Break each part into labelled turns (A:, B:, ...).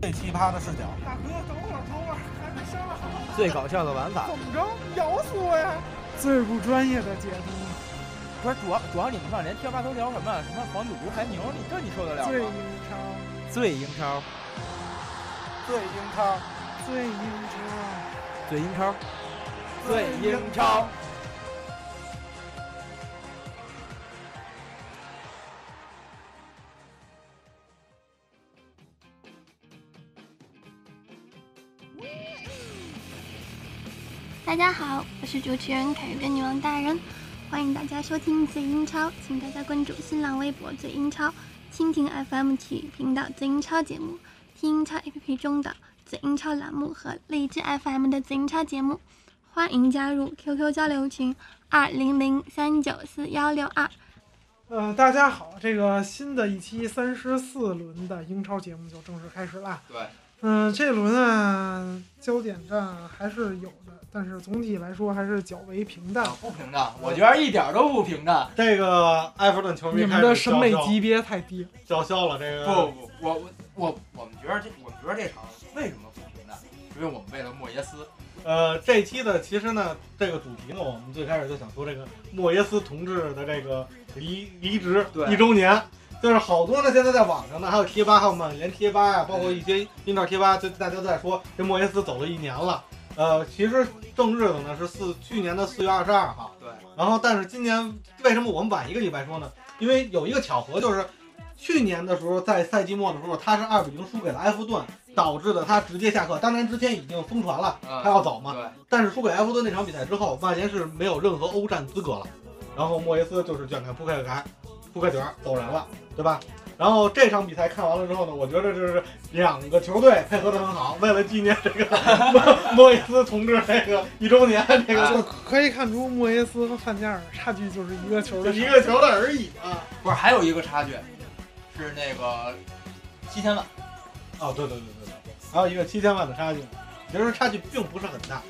A: 最奇葩的视角，
B: 大哥，等会儿，等会儿，还没上来。
C: 最搞笑的玩法。
B: 怎么着？咬死我呀！啊最不专业的解读，
C: 不是主要主要你们上连贴吧都聊什么什么黄赌毒还牛，你这你受得了
B: 最英
C: 吗？
B: 超，
C: 最英超，
A: 最英超，
B: 最英超，
C: 最英超，最英超
A: 超。
D: 大家好，我是主持人凯瑞的女王大人，欢迎大家收听最英超，请大家关注新浪微博最英超、蜻蜓 FM 体育频道最英超节目、听英超 APP 中的最英超栏目和荔枝 FM 的最英超节目。欢迎加入 QQ 交流群二零零三九四幺六二。
B: 呃，大家好，这个新的一期三十四轮的英超节目就正式开始啦。
E: 对，
B: 嗯、这轮啊，焦点战还是有的，但是总体来说还是较为平淡。
E: 不平淡，我觉得一点儿都不平淡。
F: 这个埃弗顿球迷
B: 你
F: 开
B: 们
F: 始
B: 的审美
F: 叫嚣
B: 级别太低了。
F: 叫嚣了，这个
E: 不
C: 嗯
E: 不，我我我我们觉得这我们觉得这场为什么不平淡？因为我们为了莫耶斯，
F: 呃，这期的其实呢，这个主题呢，我们最开始就想说这个莫耶斯同志的这个离离职
E: 对
F: 一周年，就是好多呢，现在在网上呢，还有贴吧，还有满连贴吧呀、包
E: 嗯
F: 括一些英超贴吧，就大家都在说这莫耶斯走了一年了。呃，其实正日子呢是四去年的四月二十二号，
E: 对，
F: 然后但是今年为什么我们晚一个礼拜说呢？因为有一个巧合就是。去年的时候，在赛季末的时候，他是二比零输给了埃弗顿，导致的他直接下课。当然，之前已经疯传了，
E: 嗯
F: 他要走嘛。
E: 对，
F: 但是输给埃弗顿那场比赛之后，曼联是没有任何欧战资格了。然后莫耶斯就是卷开扑克牌，扑克卷儿走人了，对吧？然后这场比赛看完了之后呢，我觉得就是两个球队配合得很好。为了纪念这 个莫莫耶斯同志这个一周年，这个
B: 就可以看出莫耶斯和范加尔差距就是一个球
F: 就
B: 的
F: 是
B: 差
F: 一
B: 距
F: 个球队而已啊。
E: 不是还有一个差距，是那个七千万，
F: 哦，对对对对对，还有一个七千万的差距，其实差距并不是很大。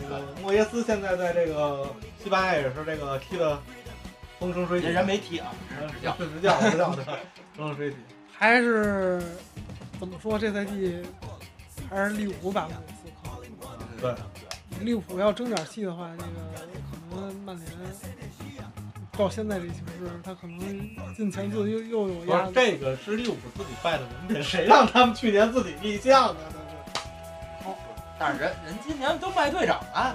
F: 这个莫耶斯现在在这个西班牙也是这个踢的风生水起，
E: 人人没踢啊，只是指教。
F: 是指教，指教的，风生水起。
B: 还是怎么说？这赛季还是利物浦把莫耶斯靠住。
F: 啊对，
B: 利物浦要争点气的话，这个可能曼联到现在这形势，他可能进前四又又有
F: 不
B: 压
F: 是
B: 力。
F: 这个是利物浦自己败的 人品，谁让他们去年自己立项的？
E: 但是人人今年都卖队长了，
F: 哎，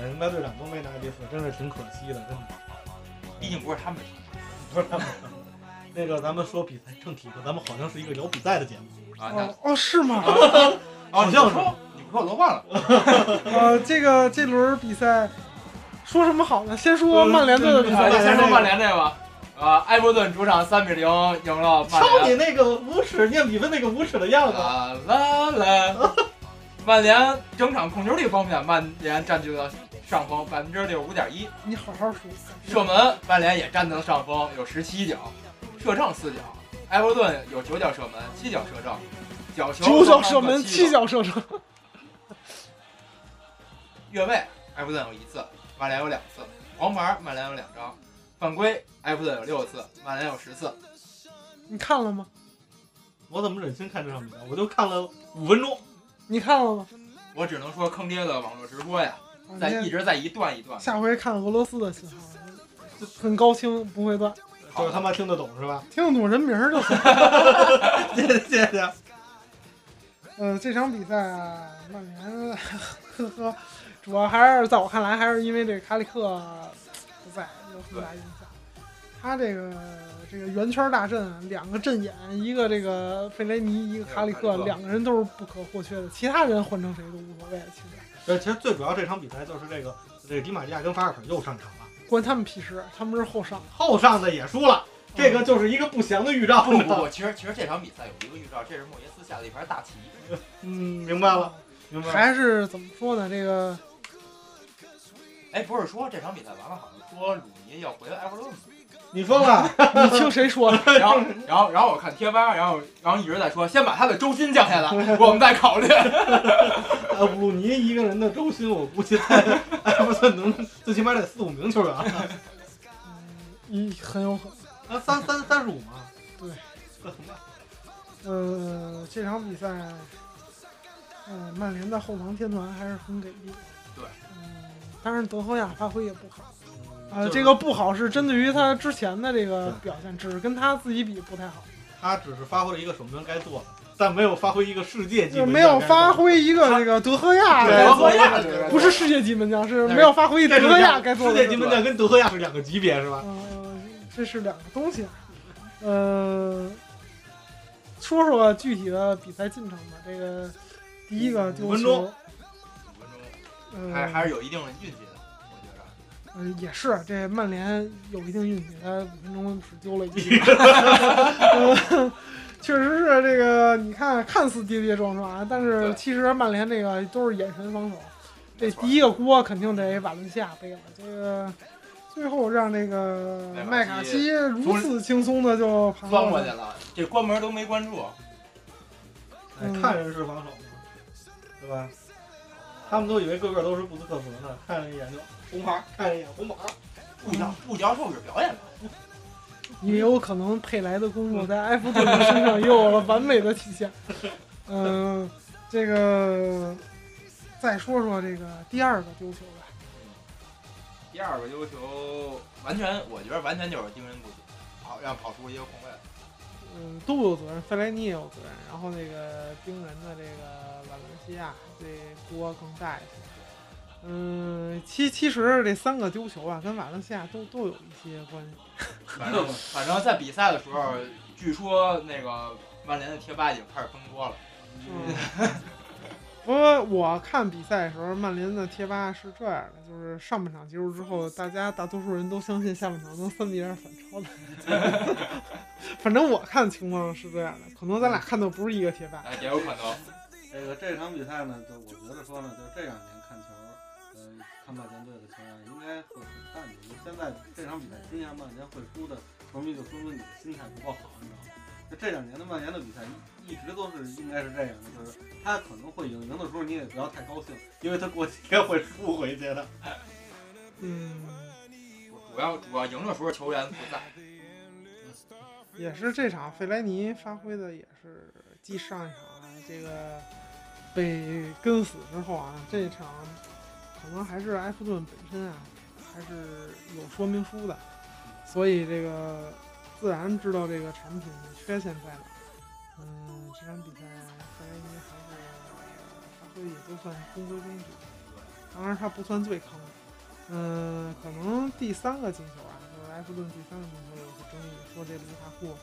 F: 人家队长都没拿第四，真是挺可惜的，真的。
E: 毕竟不是他们的球
F: 不是他们。那个，咱们说比赛正题吧，咱们好像是一个聊比赛的节目。
E: 啊。那
B: 哦哦，是吗？
E: 哦，
F: 好
E: 你
F: 像
E: 不
F: 是
E: 说你不说我都忘了，
B: 呃，这个这轮比赛说什么好呢？先说曼联队的比
F: 啊
B: 赛。
F: 对
E: 嗯先说曼联这个。啊，埃弗顿主场三比零赢了曼
F: 瞧
E: 联
F: 你。那个无耻念比分那个无耻的样子，
E: 啦啦啦！曼联整场控球率方面，曼联占据了上风，百分之六十五点一。
B: 你好好说。
E: 射门，曼联也占到了上风，有十七脚，射正四脚。埃弗顿有九脚射门，七脚射正，角球
B: 九脚射门，
E: 七
B: 七脚射程。
E: 越位，埃弗顿有一次，曼联有两次；黄牌，曼联有两张；犯规，埃弗顿有六次，曼联有十次。
B: 你看了吗？
F: 我怎么忍心看这场比赛？我就看了五分钟。
B: 你看了吗？
E: 我只能说坑爹的网络直播呀，
B: 啊
E: 在
B: 你看
E: 一直在一段一段。
B: 下回看俄罗斯的信号，很高清，不会断，
F: 就是他妈听得懂是吧？
B: 听得懂人名儿就行。
F: 谢谢谢谢。
B: 呃，这场比赛啊曼联，呵呵，主要还是在我看来，还是因为这卡里克不在有很大影响。他这个这个圆圈大阵，两个阵眼，一个这个费雷尼，一个卡里
E: 卡
B: 克
E: 里，克
B: 两个人都是不可或缺的，其他人换成谁都无所谓。其实
F: 呃，其实最主要这场比赛就是这个这个迪玛利亚跟法尔肯又上场了，
B: 关他们屁事，他们是后上。
F: 后上的也输了，
G: 嗯
F: 这个就是一个不祥的预兆。
E: 不不不，其实其实这场比赛有一个预兆，这是莫耶斯下的一盘大棋。
F: 嗯，哎明白了，明白了。
B: 还是怎么说呢？这个
E: 哎，不是说这场比赛完了，好像说鲁尼要回埃弗顿吗？
F: 你疯了？
B: 你听谁说的？
E: 然后，然后，然后我看贴吧，然后，然后一直在说，先把他的周薪降下来，我们再考虑。
F: 呃，鲁尼一个人的周薪，我估计 在埃弗顿能最起码得四五名球员啊了，
B: 嗯，一很有可能。
F: 啊，三三三十五嘛。
B: 对
F: 这很慢，
B: 呃，这场比赛，呃，曼联的后防天团还是很给力。
E: 对，
B: 嗯，但是德赫亚发挥也不好。
G: 就
B: 呃，
G: 是
B: 这个不好是针对于他之前的这个
G: 对
B: 表现，只是跟他自己比不太好，
G: 他只是发挥了一个守门员该做的，但没有发挥一个世界级
B: 就
F: 呃
G: 门将
B: 呃没有
G: 该做的
B: 发。挥一个这个德赫亚
G: 对
B: 该
E: 德
B: 做
E: 赫
B: 的，
E: 亚对吧
B: 不是世界级门将，是
G: 但是
B: 没有发挥
G: 这
B: 德
G: 是
B: 赫亚
G: 两
B: 该做
G: 世
B: 的
G: 界
B: 事
G: 级
B: 情。
G: 门将跟德赫亚是两个级别是吧？
B: 呃，这是两个东西。呃，说说具体的比赛进程吧。这个第一个
G: 五
B: 丢
G: 分
B: 球
G: 钟，
E: 五分钟
B: 呃，
E: 还还是有一定的运气的，我觉着。
B: 呃也是这曼联有一定运气，他五分钟只丢了 一个。呃确实是这个，你看看似跌跌撞撞啊，但是
E: 对
B: 其实曼联这个都是眼神防守。这
E: 没错
B: 第一个锅肯定得瓦伦西亚背了，这个最后让这个麦
E: 麦
B: 卡
E: 卡
B: 锡
E: 锡
B: 如此轻松的就爬
E: 钻过去了，这关门都没关住。
G: 哎
B: 嗯
G: 看人是防守嘛，对吧？
F: 嗯
G: 他们都以为个个都是布斯克福呢，看了一眼就红牌，看了一眼红牌。
E: 不教不教授是表演的，
B: 也有可能佩莱的功夫在埃弗顿的身 上也有了完美的体现。嗯、这个再说说这个第二个丢球吧。
E: 第二个丢球完全，我觉得完全就是盯人不足，跑让跑出一个空位。
B: 嗯，都有责任，费莱尼也有责任，然后那个盯人的这个瓦伦西亚这锅更大一些。嗯，其其实这三个丢球啊，跟瓦伦西亚都都有一些关系。
E: 反正反正在比赛的时候，据说那个曼联的贴吧已经开始崩锅了。
B: 嗯，不过我看比赛的时候，曼联的贴吧是这样的，就是上半场结束之后，大家大多数人都相信下半场能三比二反超的。 反正我看情况是这样的，可能咱俩看的不是一个贴吧。
E: 哎，也有可能，
F: 这个这场比赛呢，就我觉得说呢，就这两年看球，呃，看曼联队的球员应该会很淡定。就现在这场比赛今年曼联会输的，球迷就说明你的心态不够好，你知道吗？就这两年的曼联的比赛一一直都是应该是这样的，就是他可能会赢，赢的时候你也不要太高兴，因为他过几天会输回去的。
B: 嗯，
E: 主要主要赢的时候球员不在，
B: 也是这场费莱尼发挥的也是继上一场啊这个呃被跟死之后啊，这一场可能还是埃弗顿本身啊还是有说明书的，所以这个自然知道这个产品缺陷在哪。嗯，这场比赛费莱尼还是呃发挥也都算中规中矩，当然他呃不算最坑的。嗯，可能第三个进球啊，就是埃弗顿第三个进球有个争议，说这卢卡库，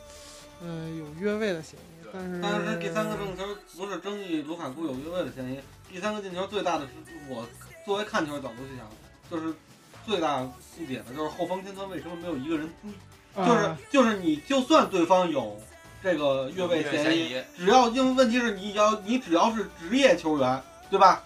B: 嗯、有越位的嫌疑，
E: 对
B: 但是
F: 但是他第三个进球不是争议卢卡库有越位的嫌疑，第三个进球最大的是我作为看球的角度去想，就是最大不解的就是后方天团为什么没有一个人追，就是
B: 啊
F: 就是你就算对方有这个越位嫌
E: 嫌
F: 疑，
E: 疑。
F: 只要因为问题是你要你只要是职业球员，对吧？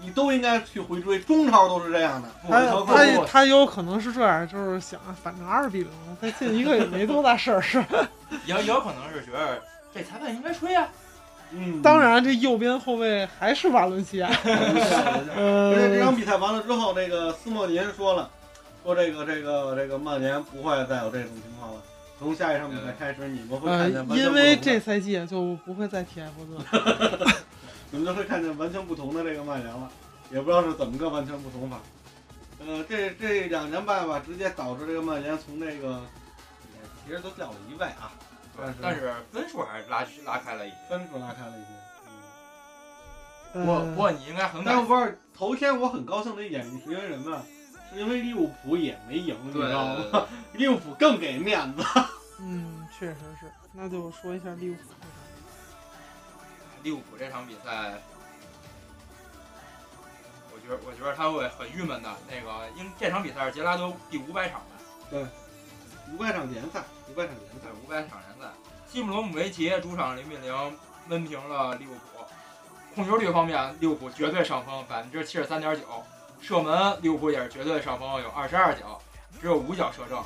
F: 你都应该去回追，中超都是这样的。
B: 他
E: 不不
B: 他
E: 不
B: 他有可能是这样，就是想反正二比零，他进一个也没多大事儿， 是吧。
E: 也有也有可能是觉得这裁判应该吹啊，
F: 嗯，
B: 当 然，这右边后卫还是瓦伦西亚，
F: 而且这
B: 呃
F: 场，比赛完了之后，这个斯莫尼说了，说这个这个这个曼联不会再有这种情况了。从下一场比赛开始，你们会
B: 呃
F: 看见，完全
B: 因
F: 不同
B: 为
F: 的，
B: 这赛季就不会再踢埃弗顿了。
F: 你们就会看见完全不同的这个曼联了，也不知道是怎么个完全不同法。呃，这这两连败吧，直接导致这个曼联从这个，其实都掉了一位啊，但是
E: 但是分数还是拉拉开了一些。
F: 分数拉开了一些。嗯
B: 呃
E: 不不过你应该很感
F: 但不是头天我很高兴的一点是因为什么呀？是因为利物浦也没赢，你
E: 对
F: 知道吗？
E: 对对
F: 利物浦更给面子。
B: 嗯，确实是。那就说一下利物浦这场比赛。
E: 利物浦这场比赛，我觉得我觉得他会很郁闷的。那个，因为这场比赛是杰拉多第五百场吧，
F: 五百场联赛，五百场联赛
E: 对，，五百场联赛。西姆罗姆维奇主场零比零闷平了利物浦。控球率方面，利物浦绝对上风，百分之七十三点九。射门，利物浦也是绝对上风，有二十二脚，只有五脚射正。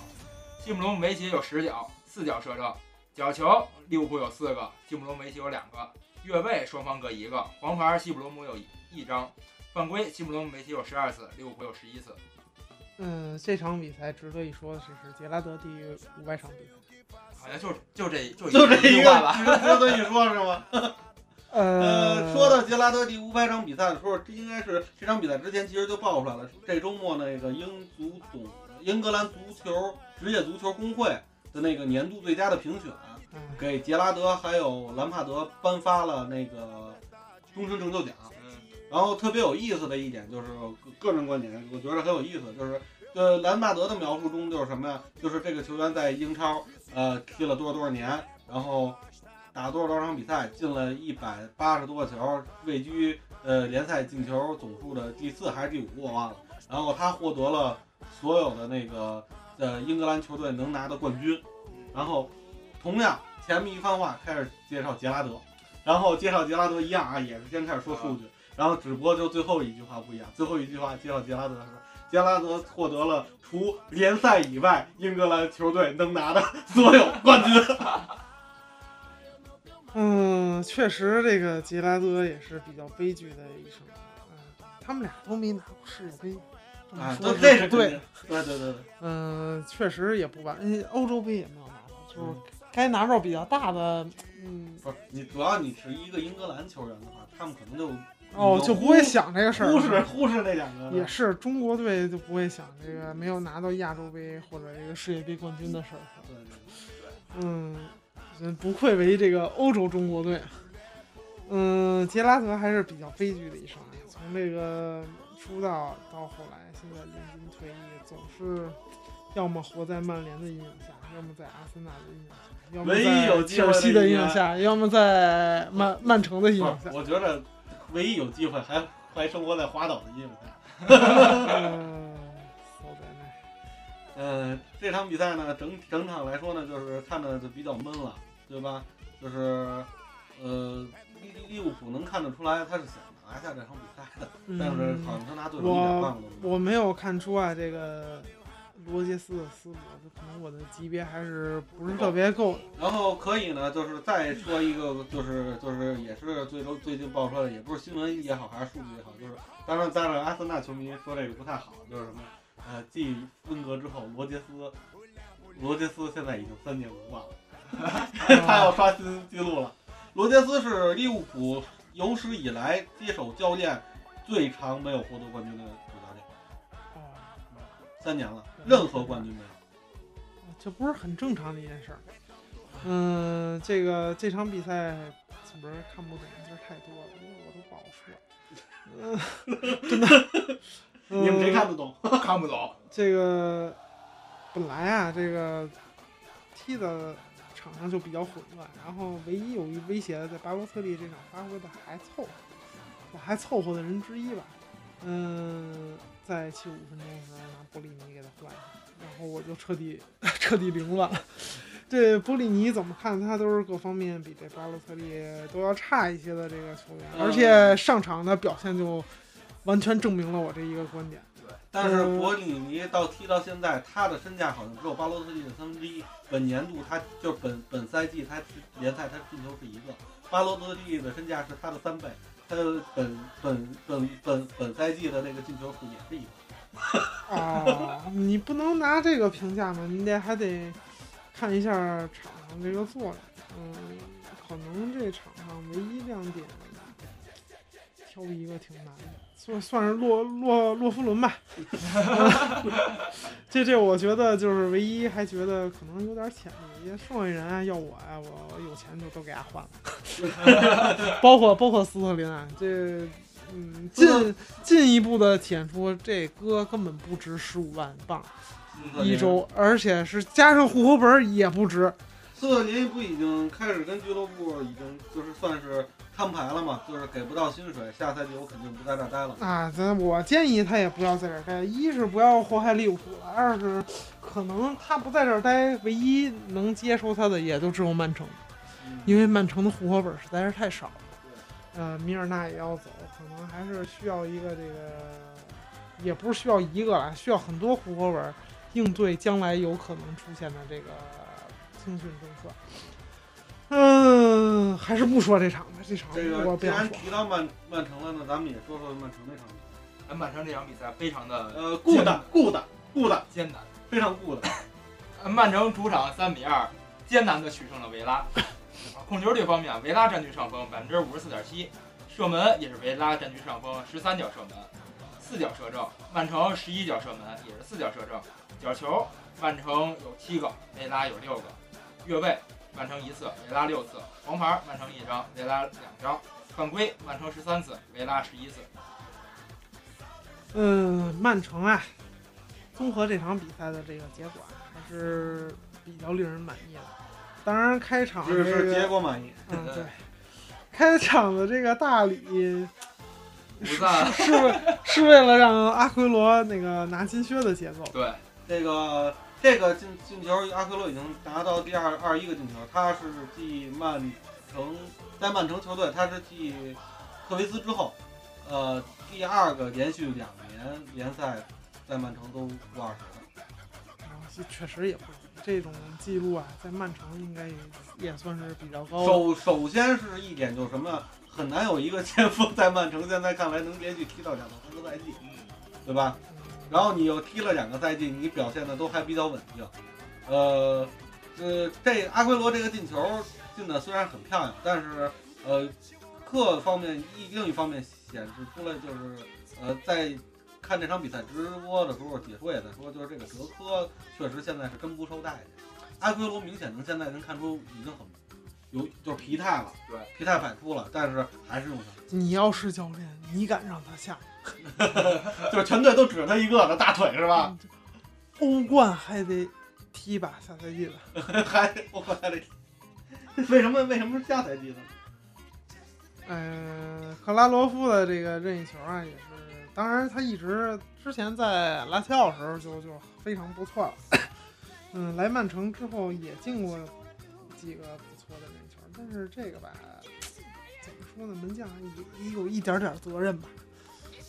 E: 西姆罗姆维奇有十脚，四脚射正。角球，利物浦有四个，西姆罗姆维奇有两个。越位，双方各一个。黄牌，西姆罗姆有一张。犯规，西姆罗姆维奇有十二次，利物浦有十一次。
B: 嗯，这场比赛值得一说的是，是杰拉德第五百场比赛，
E: 好像就就这就
F: 就这
E: 一
F: 一
E: 句
F: 个
E: 话 吧。，
F: 值得一说是 吗？
B: 呃
F: 呃，说到杰拉德第五百场比赛的时候，这应该是这场比赛之前其实就爆出来了，这周末那个英足总英格兰足球职业足球工会的那个年度最佳的评选，
B: 嗯
F: 给杰拉德还有兰帕德颁发了那个终身成就奖。
E: 嗯，
F: 然后特别有意思的一点就是，我个人观点，我觉得很有意思，就是呃，兰帕德的描述中就是什么呀？就是这个球员在英超呃踢了多少多少年，然后打多少多少场比赛，进了一百八十多个球，位居呃联赛进球总数的第四还是第五，我忘了。然后他获得了所有的那个呃英格兰球队能拿的冠军。
E: 嗯
F: 然后同样前面一番话开始介绍杰拉德，然后介绍杰拉德一样啊，也是先开始说数据，然后只不过就最后一句话不一样，最后一句话介绍杰拉德说。杰拉德获得了除联赛以外英格兰球队能拿的 所有冠军。
B: 嗯，确实，这个杰拉德也是比较悲剧的一生。嗯，他们俩都没拿过世界杯，这么
F: 啊，
B: 说
F: 都
B: 是
F: 这是
B: 不对
F: 肯定。对对对对，
B: 嗯，确实也不完，嗯欧洲杯也没有拿到，就是
F: 嗯
B: 该拿到比较大的，嗯，
F: 不是你，主要你是一个英格兰球员的话，他们可能就
B: 哦，
F: 你
B: 就不会想这个事儿。
F: 忽视忽视那两个
B: 也
F: 了。
B: 是中国队就不会想这个没有拿到亚洲杯或者这个世界杯冠军的事儿。
F: 对对对
B: 嗯，不愧为这个欧洲中国队。嗯，杰拉德还是比较悲剧的一生啊，从这个出道到后来，现在临近退役，总是要么活在曼联的阴影下，要么在阿森纳的阴影下，要么
F: 唯一有
B: 在
F: 机
B: 切
F: 会
B: 尔
F: 的
B: 西的
F: 一
B: 阴影
F: 年
B: 下，要么在曼曼城的阴影
F: 不
B: 下
F: 是，。我觉得唯一有机会还还生活在滑岛的阴影下。
B: 嗯，好在那。
F: 呃，这场比赛呢，整整场来说呢，就是看的就比较闷了，对吧？就是，呃，利利物浦能看得出来他是想拿下这场比赛的，
B: 嗯
F: 但是好像他拿对手一点办法都没有。
B: 我没有看出啊，这个罗杰斯的思路，就可能我的级别还是不是特别 够。
F: 然后可以呢，就是再说一个，就是就是也是最周最近爆出来的，也不是新闻也好，还是数据也好，就是当然当然阿森纳球迷说这个不太好，就是什么呃，继温格之后，罗杰斯，罗杰斯现在已经三年无望了。 他
B: 啊哦
F: 要刷新记录了。罗杰斯是利物浦有史以来接手教练最长没有获得冠军的主教练，
B: 啊
F: 三年了，
B: 嗯
F: 任何冠军没有。
B: 这不是很正常的一件事儿。嗯，这个这场比赛怎么说看不懂的地儿太多了，因为我都不好说。嗯， 真的，
F: 你们谁
B: 嗯
F: 看得懂？
E: 看不懂。
B: 这个本来啊，这个踢的场上就比较混乱，然后唯一有一威胁的，在巴洛特利这场发挥的还凑合，我还凑合的人之一吧。嗯，在七五分钟的时候拿波利尼给他换上，然后我就彻底彻底凌乱了。这波利尼怎么看，他都是各方面比这巴洛特利都要差一些的这个球员，而且上场的表现就完全证明了我这一个观点。
F: 但是
B: 嗯
F: 博里尼到踢到现在，他的身价好像只有巴洛特利的三分之一。本年度他就是本本赛季他联赛他进球是一个，巴洛特利的身价是他的三倍，他本本本本本赛季的那个进球数也是一个。
B: 啊，你不能拿这个评价嘛，你得还得看一下场上这个作用。嗯，可能这场上唯一亮点，挑一个挺难的，算算是洛洛洛夫伦吧。 这这我觉得就是唯一还觉得可能有点潜力，因为剩下人啊要我啊，我有钱就都给他换了， 包括包括斯特林啊，这嗯进。进一步的体现出这哥根本不值十五万镑一周，而且是加上户口本儿也不值。
F: 斯特林不已经开始跟俱乐部已经就是算是摊牌了嘛，就是给不到薪水，下赛季我肯定不在这儿待了。
B: 啊，咱我建议他也不要在这儿待，一是不要祸害利物浦了，二是可能他不在这儿待，唯一能接收他的也就只有曼城，因为曼城的户口本儿实在是太少了。呃，米尔纳也要走，可能还是需要一个这个，也不是需要一个了，需要很多户口本儿应对将来有可能出现的这个青训政策。嗯，还是不说这场吧，这场
F: 这个
B: 我不
F: 既
B: 想
F: 然
B: 说。
F: 提到曼曼城了呢，咱们也说说曼城那场比赛。
E: 咱曼城这场比赛非常的
F: 呃，good good good，
E: 艰难，
F: 非常 good。
E: 曼城主场三比二艰难地取胜了维拉。啊控球这方面，维拉占据上风，百分之五十四点七，射门也是维拉占据上风，十三脚射门，四脚射正，曼城十一脚射门也是四脚射正，角球曼城有七个，维拉有六个，越位曼城一次，维拉六次，黄牌曼城一张，维拉两张，犯规曼城十三次，维拉十一次。
B: 嗯，曼城啊，综合这场比赛的这个结果啊还是比较令人满意的。当然，开场这
F: 只是结
B: 啊个，
F: 果满意。
B: 嗯，对，开场的这个大礼
E: 不
B: 是
E: 赞
B: 是是为是为了让阿奎罗那个拿金靴的节奏，
E: 对，
F: 这个这个进进球，阿奎罗已经拿到第二二十一个进球，他是继曼城在曼城球队，他是继特维斯之后，呃，第二个连续两年联赛在曼城都过二十
B: 然后就确实也不容易。这种记录啊，在曼城应该也也算是比较
F: 的。
B: 高的。
F: 首首先是一点就是什么，很难有一个前锋在曼城现在看来能连续踢到两到三个赛季，对吧？
B: 嗯
F: 然后你又踢了两个赛季，你表现的都还比较稳定。呃，这这阿奎罗这个进球进的虽然很漂亮，但是呃，各方面一另一方面显示出来就是呃，在看这场比赛直播的时候，解说也在说，就是这个哲科确实现在是真不受待见。阿奎罗明显能现在能看出已经很有就是疲态了，
E: 对，
F: 疲态百出了，但是还是用他，
B: 你要是教练，你敢让他下？
F: 就是全队都指着他一个的大腿是吧？
B: 嗯欧冠还得踢吧，下赛季的。
F: 还我还得， 为什么为什么是下赛季呢？
B: 嗯，克拉罗夫的这个任意球啊，也是，当然他一直之前在拉齐奥的时候就就非常不错了。嗯，来曼城之后也进过几个不错的任意球，但是这个吧，怎么说呢，门将也也有一点点责任吧。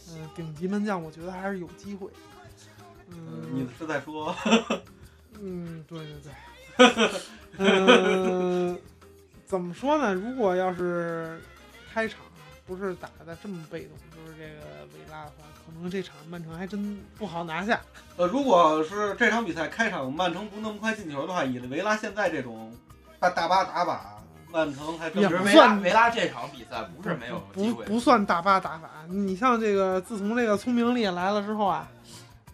B: 嗯，顶级门将我觉得还是有机会。嗯，
F: 呃你是在说
B: 嗯，对对对，嗯、怎么说呢？如果要是开场不是打的这么被动，就是这个维拉的话，可能这场曼城还真不好拿下。
F: 呃，如果是这场比赛开场曼城不那么快进球的话，以维拉现在这种大大巴打法，曼城还真
B: 也
E: 其实
B: 不
E: 维
B: 算
E: 拉维拉这场比赛不是没有机
B: 不
E: 会，
B: 不算大巴打法。啊你像这个，自从这个聪明力来了之后啊，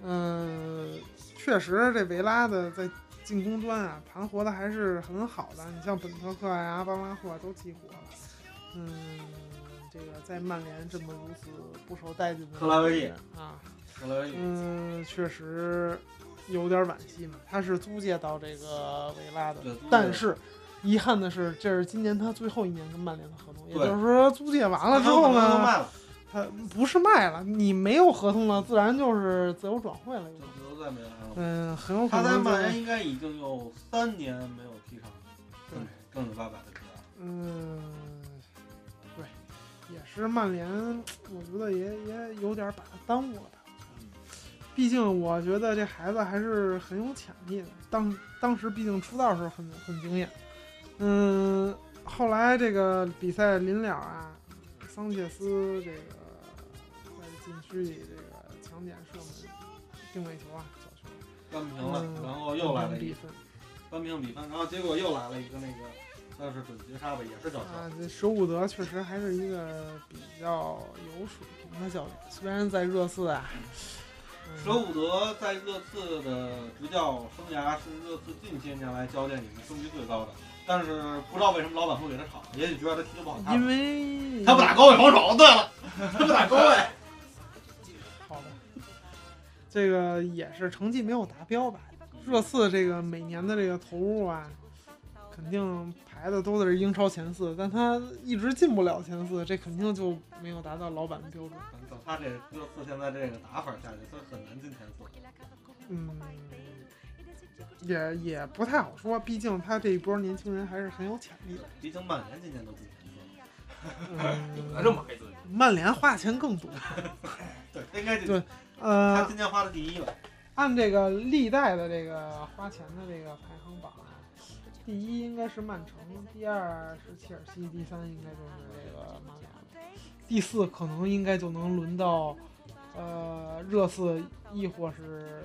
B: 嗯、确实这维拉的在进攻端啊盘活的还是很好的。你像本特克呀、阿巴拉霍都激活了，嗯，这个在曼联这么如此不受待见的
F: 克拉维利
B: 啊，
F: 克拉维利
B: 嗯，确实有点惋惜嘛。他是租借到这个维拉的
F: 对租，
B: 但
F: 借
B: 是遗憾的是，这是今年他最后一年跟曼联的合同，也
F: 对
B: 就是说租借完了之
F: 可
B: 后
F: 能都
B: 呢，
F: 卖了，
B: 他不是卖了，你没有合同了，自然就是自由转会了。
F: 就留在维拉了。啊
B: 嗯，很有可
F: 他在
B: 能
F: 曼
B: 就
F: 联应该已经有三年没有踢上正正经八百的比啊赛了。
B: 嗯，对，也是曼联，我觉得也也有点把他耽误了吧。毕竟我觉得这孩子还是很有潜力的，当当时毕竟出道的时候很很惊艳。嗯，后来这个比赛临了啊，桑切斯这个在禁区里这个强点射门定位球啊，小球，
F: 扳平了
B: 嗯，
F: 然后又来了
B: 比
F: 一
B: 分
F: 扳平比分，然后结果又来了一个那个算是准绝杀吧，也是角球。
B: 啊，这舍伍德确实还是一个比较有水平的教练，虽然在热刺啊，嗯
F: 舍伍德在热刺的执教生涯是热刺近些年来教练里面声誉最高的，但是不知道为什么老板会给他炒，也许觉得他踢得不好看
B: 嗯因
F: 吧，
B: 为
F: 他不打高位防守。对了，他不打高 位，
B: 好吧，这个也是成绩没有达标吧。热刺这个每年的这个投入啊，肯定排的都得是英超前四，但他一直进不了前四，这肯定就没有达到老板的标准。
F: 等他这热刺现在这个打法下去，他很难进前四。
B: 嗯，也也不太好说，毕竟他这一波年轻人还是很有潜力的。
F: 毕竟曼联今年都进前四
E: 有
B: 嗯
E: 的这么黑自己。
B: 曼联花钱更多。
F: 了，对，应该
B: 对
F: 进。他
B: 呃，
F: 今年花的第一了，
B: 按这个历代的这个花钱的这个排行榜啊，第一应该是曼城，第二是切尔西，第三应该就是这个马里了，第四可能应该就能轮到呃热刺，亦或是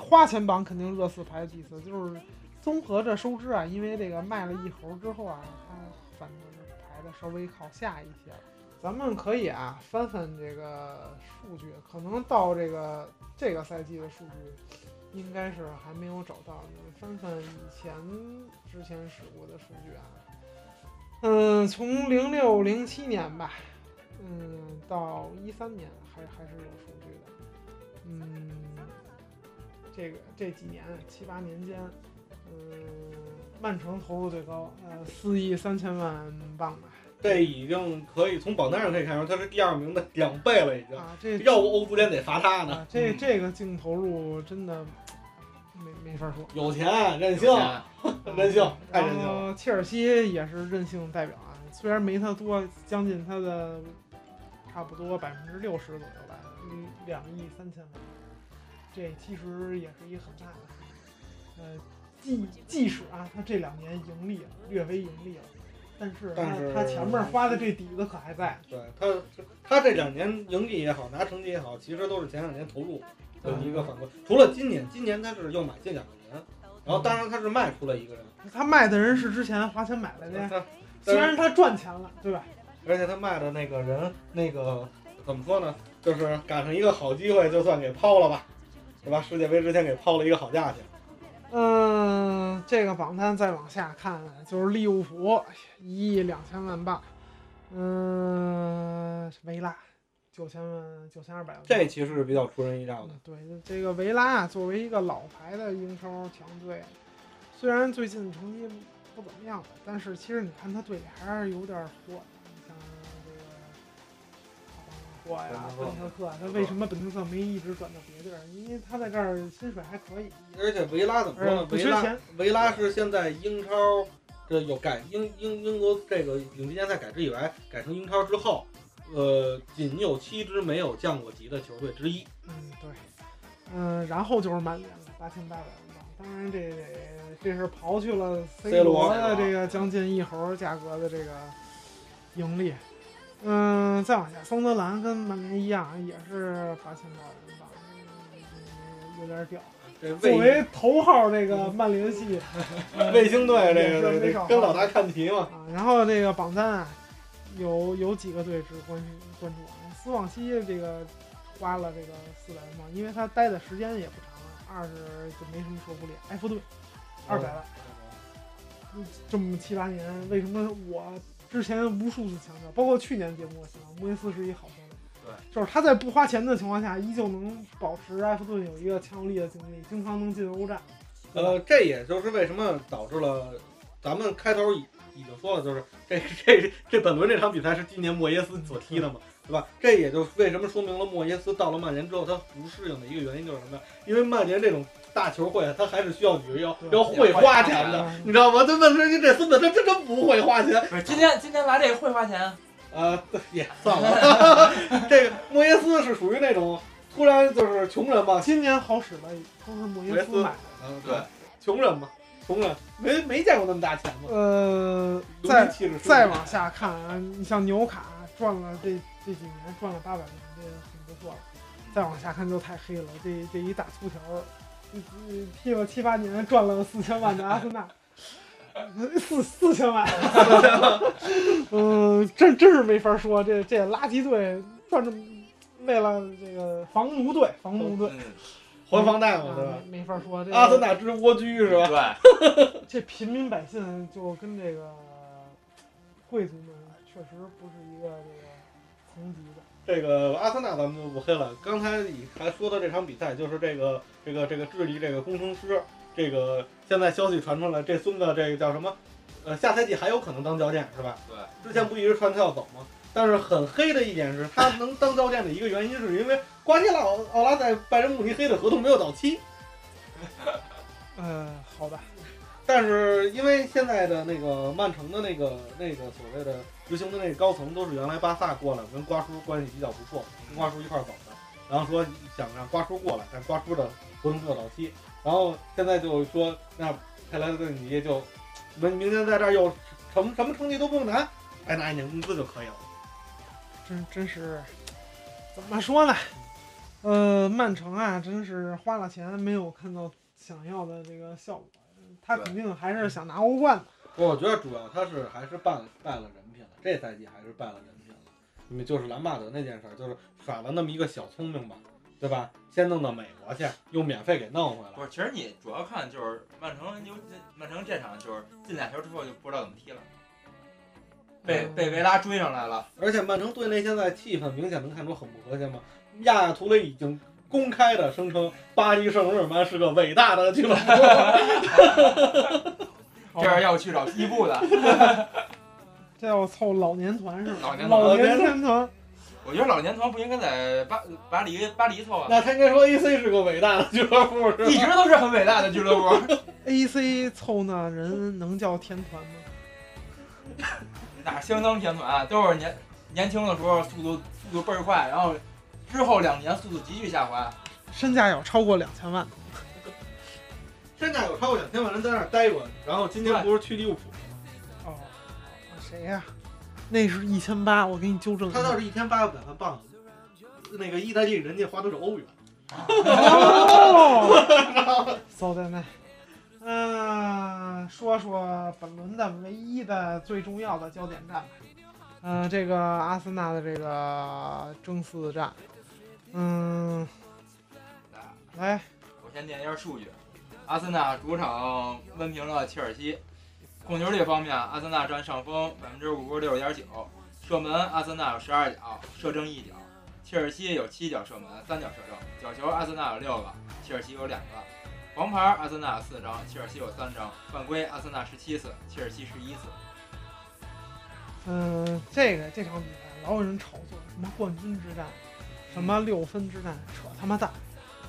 B: 花钱榜肯定热刺排第四，就是综合着收支啊，因为这个卖了一猴之后啊，它反正是排的稍微靠下一些了。咱们可以啊翻翻这个数据，可能到这个这个赛季的数据应该是还没有找到。你翻翻以前之前使过的数据啊，嗯，从零六零七年吧，嗯，到一三年还还是有数据的，嗯，这个这几年七八年间，嗯，曼城投入最高，呃，四亿三千万镑啊吧，
F: 这已经可以从榜单上可以看出，他是第二名的两倍了，已经。
B: 啊，这
F: 要不欧足联得罚他呢。
B: 啊，这
E: 嗯
B: 这个净投入真的没没法说，
F: 有钱任性，任性太任
B: 嗯
F: 性
B: 然
F: 了。
B: 后切尔西也是任性代表啊，虽然没他多，将近他的差不多百分之六十左右吧，嗯，两亿三千万，这其实也是一个很大的数字。呃，即即使啊，他这两年盈利了，略微盈利了，但是他
F: 但是
B: 他前面花的这底子可还在。
F: 对他，他这两年盈利也好，拿成绩也好，其实都是前两年投入的一个反馈。除了今年，今年他是又买进两个人，然后当然他是卖出了一个人，
B: 他卖的人是之前花钱买来的呀，
F: 他
B: 虽然他赚钱了，对吧？
F: 而且他卖的那个人，那个怎么说呢？就是赶上一个好机会，就算给抛了吧，对吧？世界杯之前给抛了一个好价钱，
B: 嗯，这个榜单再往下看，就是利物浦一亿两千万镑，嗯，维拉九千万九千二百万。
F: 这其实是比较出人意料的。
B: 对这个维拉啊，作为一个老牌的英超强队，虽然最近成绩不怎么样吧，但是其实你看他队里还是有点火的。你像这个阿巴霍呀、本特克，他为什么本特克没一直转到别地儿？因为他在这儿薪水还可以。
F: 而且维拉怎么说呢？
B: 嗯不
F: 维
B: 缺
F: 拉
B: 钱
F: 维拉是现在英超这有改英英英国这个顶级联赛改制以来，改成英超之后，呃，仅有七支没有降过级的球队之一。
B: 嗯，对，嗯，然后就是满脸了八千八百万镑。当然这，这这是刨去了
F: C 罗
B: 罗的这个将近一猴价格的这个盈利。嗯，再往下，桑德兰跟曼联一样，也是八千八百万镑，嗯有点屌。
F: 这
B: 作
F: 卫
B: 为头号这个曼联 系
F: 卫星队这
B: 也
F: 个
B: 是非
F: 这个
B: 常
F: 跟老大看齐嘛。
B: 啊，然后这个榜单啊，有有几个队值得关注关注啊。斯旺西这个花了这个四百万镑，因为他待的时间也不长，二十就没什么说服力。埃弗顿二百万，这么七八年，为什么我之前无数次强调，包括去年节目我强调，莫耶斯是一好教练。
E: 对，
B: 就是他在不花钱的情况下，依旧能保持埃弗顿有一个强有力的竞争力，经常能进欧战。
F: 呃，这也就是为什么导致了咱们开头已已经说了，就是这这这本轮这场比赛是今年莫耶斯所踢的嘛，对吧？这也就为什么说明了莫耶斯到了曼联之后他不适应的一个原因就是什么呀？因为曼联这种大球会，啊他还是需要你要要会花钱的，
B: 啊
F: 你知道吗？这问题这孙子他真真不会花钱，
E: 不是今天今天来这个会花钱，
F: 呃，也算了。 这个莫耶斯是属于那种突然就是穷人嘛，
B: 今年好使了，都是莫耶斯买的。
F: 嗯，
E: 对，
F: 穷人嘛，穷人没没见过那么大钱嘛。
B: 呃，
F: 再
B: 再再往下看啊，你像纽卡赚了这这几年赚了八百万，这很不错了。再往下看就太黑了，这这一大粗条儿，嗯踢了七八年赚了四千万的阿 森纳，四四千万，嗯，真真是没法说，这这垃圾队赚这么为了这个房奴队，房奴队。
E: 嗯，
F: 还房贷嘛，对
B: 啊
F: 吧？，
B: 没没法说，这
F: 阿森纳之蜗居是吧？
E: 对，
B: 这平民百姓就跟这个贵族们确实不是一个这个层级的。
F: 这个阿森纳咱们就不黑了。刚才你还说的这场比赛，就是这个这个这个智利这个工程师，这个现在消息传出来，这孙子这个叫什么？呃，下赛季还有可能当教练是吧？
E: 对，
F: 之前不一直传他要走吗？但是很黑的一点是他能当教练的一个原因，是因为瓜迪奥奥拉在拜仁慕尼黑的合同没有到期。
B: 呃，好吧，
F: 但是因为现在的那个曼城的那个那个所谓的执行的那个高层都是原来巴萨过来跟瓜叔关系比较不错，跟瓜叔一块儿走的，然后说想让瓜叔过来，但瓜叔的合同没有到期，然后现在就说那佩莱顿尼就明明天在这儿又什么什么成绩都不用哎拿，白拿一年工资就可以了。
B: 真真是怎么说呢？呃，曼城啊，真是花了钱没有看到想要的这个效果。他肯定还是想拿欧冠的。
H: 不，我觉得主要他是还是败败了人品了，这赛季还是败了人品了。你们就是兰帕德那件事儿，就是耍了那么一个小聪明吧，对吧？先弄到美国去，又免费给弄回来
E: 不。是，其实你主要看就是曼城，尤其曼城这场就是进俩球之后就不知道怎么踢了，被
B: 嗯
E: 被维拉追上来了，
H: 而且曼城队内现在气氛明显能看出很不和谐嘛。亚亚图雷已经公开的声称巴黎圣日耳曼是个伟大的俱乐部，
B: 哦
E: 这样要去找伊布 的。
B: 这要凑老年团 是吧？
E: 老年团
B: 老年团，
E: 我觉得老年团不应该在巴巴黎巴黎凑 啊，
H: 那他应该说 AC 是个伟大的俱乐部是
E: 一
H: 吧？
E: 直都是很伟大的俱乐部，
B: AC 凑那人能叫天团吗？
E: 那相当天团，都是年年轻的时候速度速度倍儿快，然后之后两年速度急剧下滑。
B: 身价要超过两千万，
F: 身价有超过两千万人在那儿
H: 待过，然后今天不是去利物浦，
B: 哦，谁呀、那是一千八，我给你纠正一
F: 他倒
B: 下。
F: 是一千八百万镑，那个意大利人家花的是欧元。
B: 哦，走在那。嗯、说说本轮的唯一的最重要的焦点战吧。嗯、这个阿森纳的这个争四战，嗯，
E: 啊
B: 来，
E: 我先念一下数据：阿森纳主场温平了切尔西。控球率方面，阿森纳占上风，百分之五十六点九。射门，阿森纳有十二脚，射正一脚；切尔西有七脚射门，三脚射正。角球，阿森纳有六个，切尔西有两个。黄牌，阿森纳有四张，切尔西有三张。犯规，阿森纳十七次，切尔西十一次。
B: 嗯、这个这场比赛老有人炒作什么冠军之战，什么六分之战，扯他妈蛋！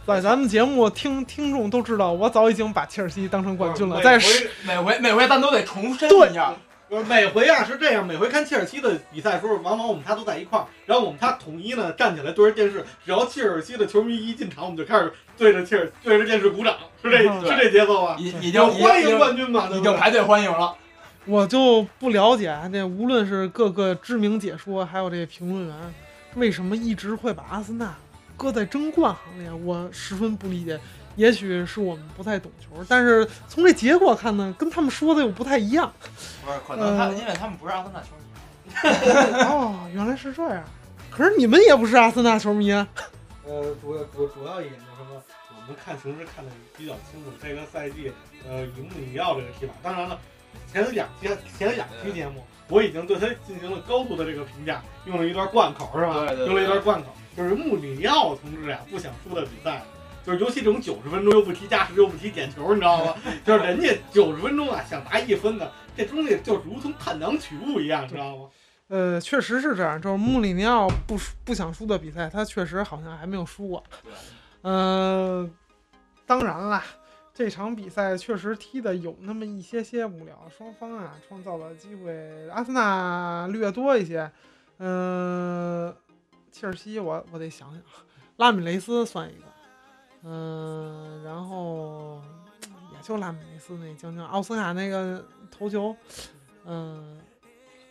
B: 在咱们节目听听众都知道，我早已经把切尔西当成冠军了，在
F: 每回
E: 每回每回咱都得重申一下，
F: 不是每回啊是这样，每回看切尔西的比赛的时候，往往我们仨都在一块儿，然后我们仨统一呢站起来对着电视，只要切尔西的球迷一进场，我们就开始对着切尔对着电视鼓掌，是这
B: 嗯
E: 对
F: 是这节奏吧？
E: 已已经
F: 有欢
E: 已
F: 迎
E: 经
F: 冠军嘛，对
E: 已
F: 不
E: 经
F: 对？
E: 排队欢迎了。
B: 我就不了解那无论是各个知名解说，还有这评论员，为什么一直会把阿森纳搁在争冠行列，我十分不理解。也许是我们不太懂球，但是从这结果看呢，跟他们说的又不太一样。
E: 不是，可能他
B: 嗯
E: 们因为他们不是阿森纳球迷。
B: 哦，原来是这样。可是你们也不是阿森纳球迷啊。
F: 呃，主要主主要一点就是说，我们看形势看得比较清楚，这个赛季呃赢不赢要这个踢法。当然了，前两期前两期节目我已经对他进行了高度的这个评价，用了一段贯口是吧？
E: 对对对
F: 用了一段贯口，就是穆里奥同志呀、不想输的比赛。就是尤其这种九十分钟又不踢加时又不踢点球，你知道吗？ 就是人家九十分钟啊想拿一分的，这东西就如同探囊取物一样，你知道吗？
B: 呃，确实是这样，就是穆里尼奥不输不想输的比赛，他确实好像还没有输过。
E: 对，
B: 呃，当然啦，这场比赛确实踢的有那么一些些无聊，双方啊创造了机会，阿森纳略多一些。呃，切尔西我我得想想，拉米雷斯算一个，嗯、然后也就拉米雷斯那将将奥斯卡那个头球，嗯、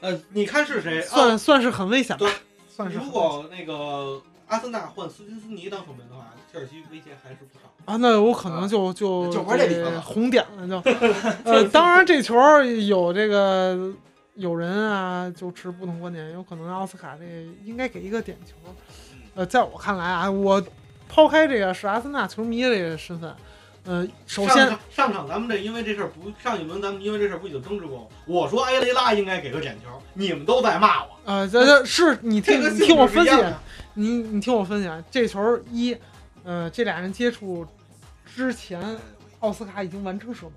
F: 呃，你看是谁？奥
B: 算算是很危险吧
F: 对，
B: 啊算是很
F: 如
B: 危险
F: 果那个阿森纳换斯金斯尼当守门的话，切尔西威胁还是不少。
B: 啊，那我可能就、就
E: 就不是这比赛
B: 呃
E: 了
B: 红点了，就 呃，当然这球儿有这个有人啊，就持不同观点，有可能奥斯卡这应该给一个点球。
F: 嗯
B: 呃，在我看来啊，我抛开这个是阿森纳球迷这个身份，呃，首
F: 上
B: 先
F: 场上场咱们这因为这事儿不上一轮咱们因为这事儿不已经争执过吗？我说埃雷拉应该给个点球，你们都在骂我。
B: 呃，这这是你听
F: 这个
B: 你
F: 性
B: 听我
F: 质是
B: 分
F: 一
B: 析啊
F: 样的，
B: 你你听我分析啊，这球儿一，呃，这俩人接触之前，奥斯卡已经完成射门。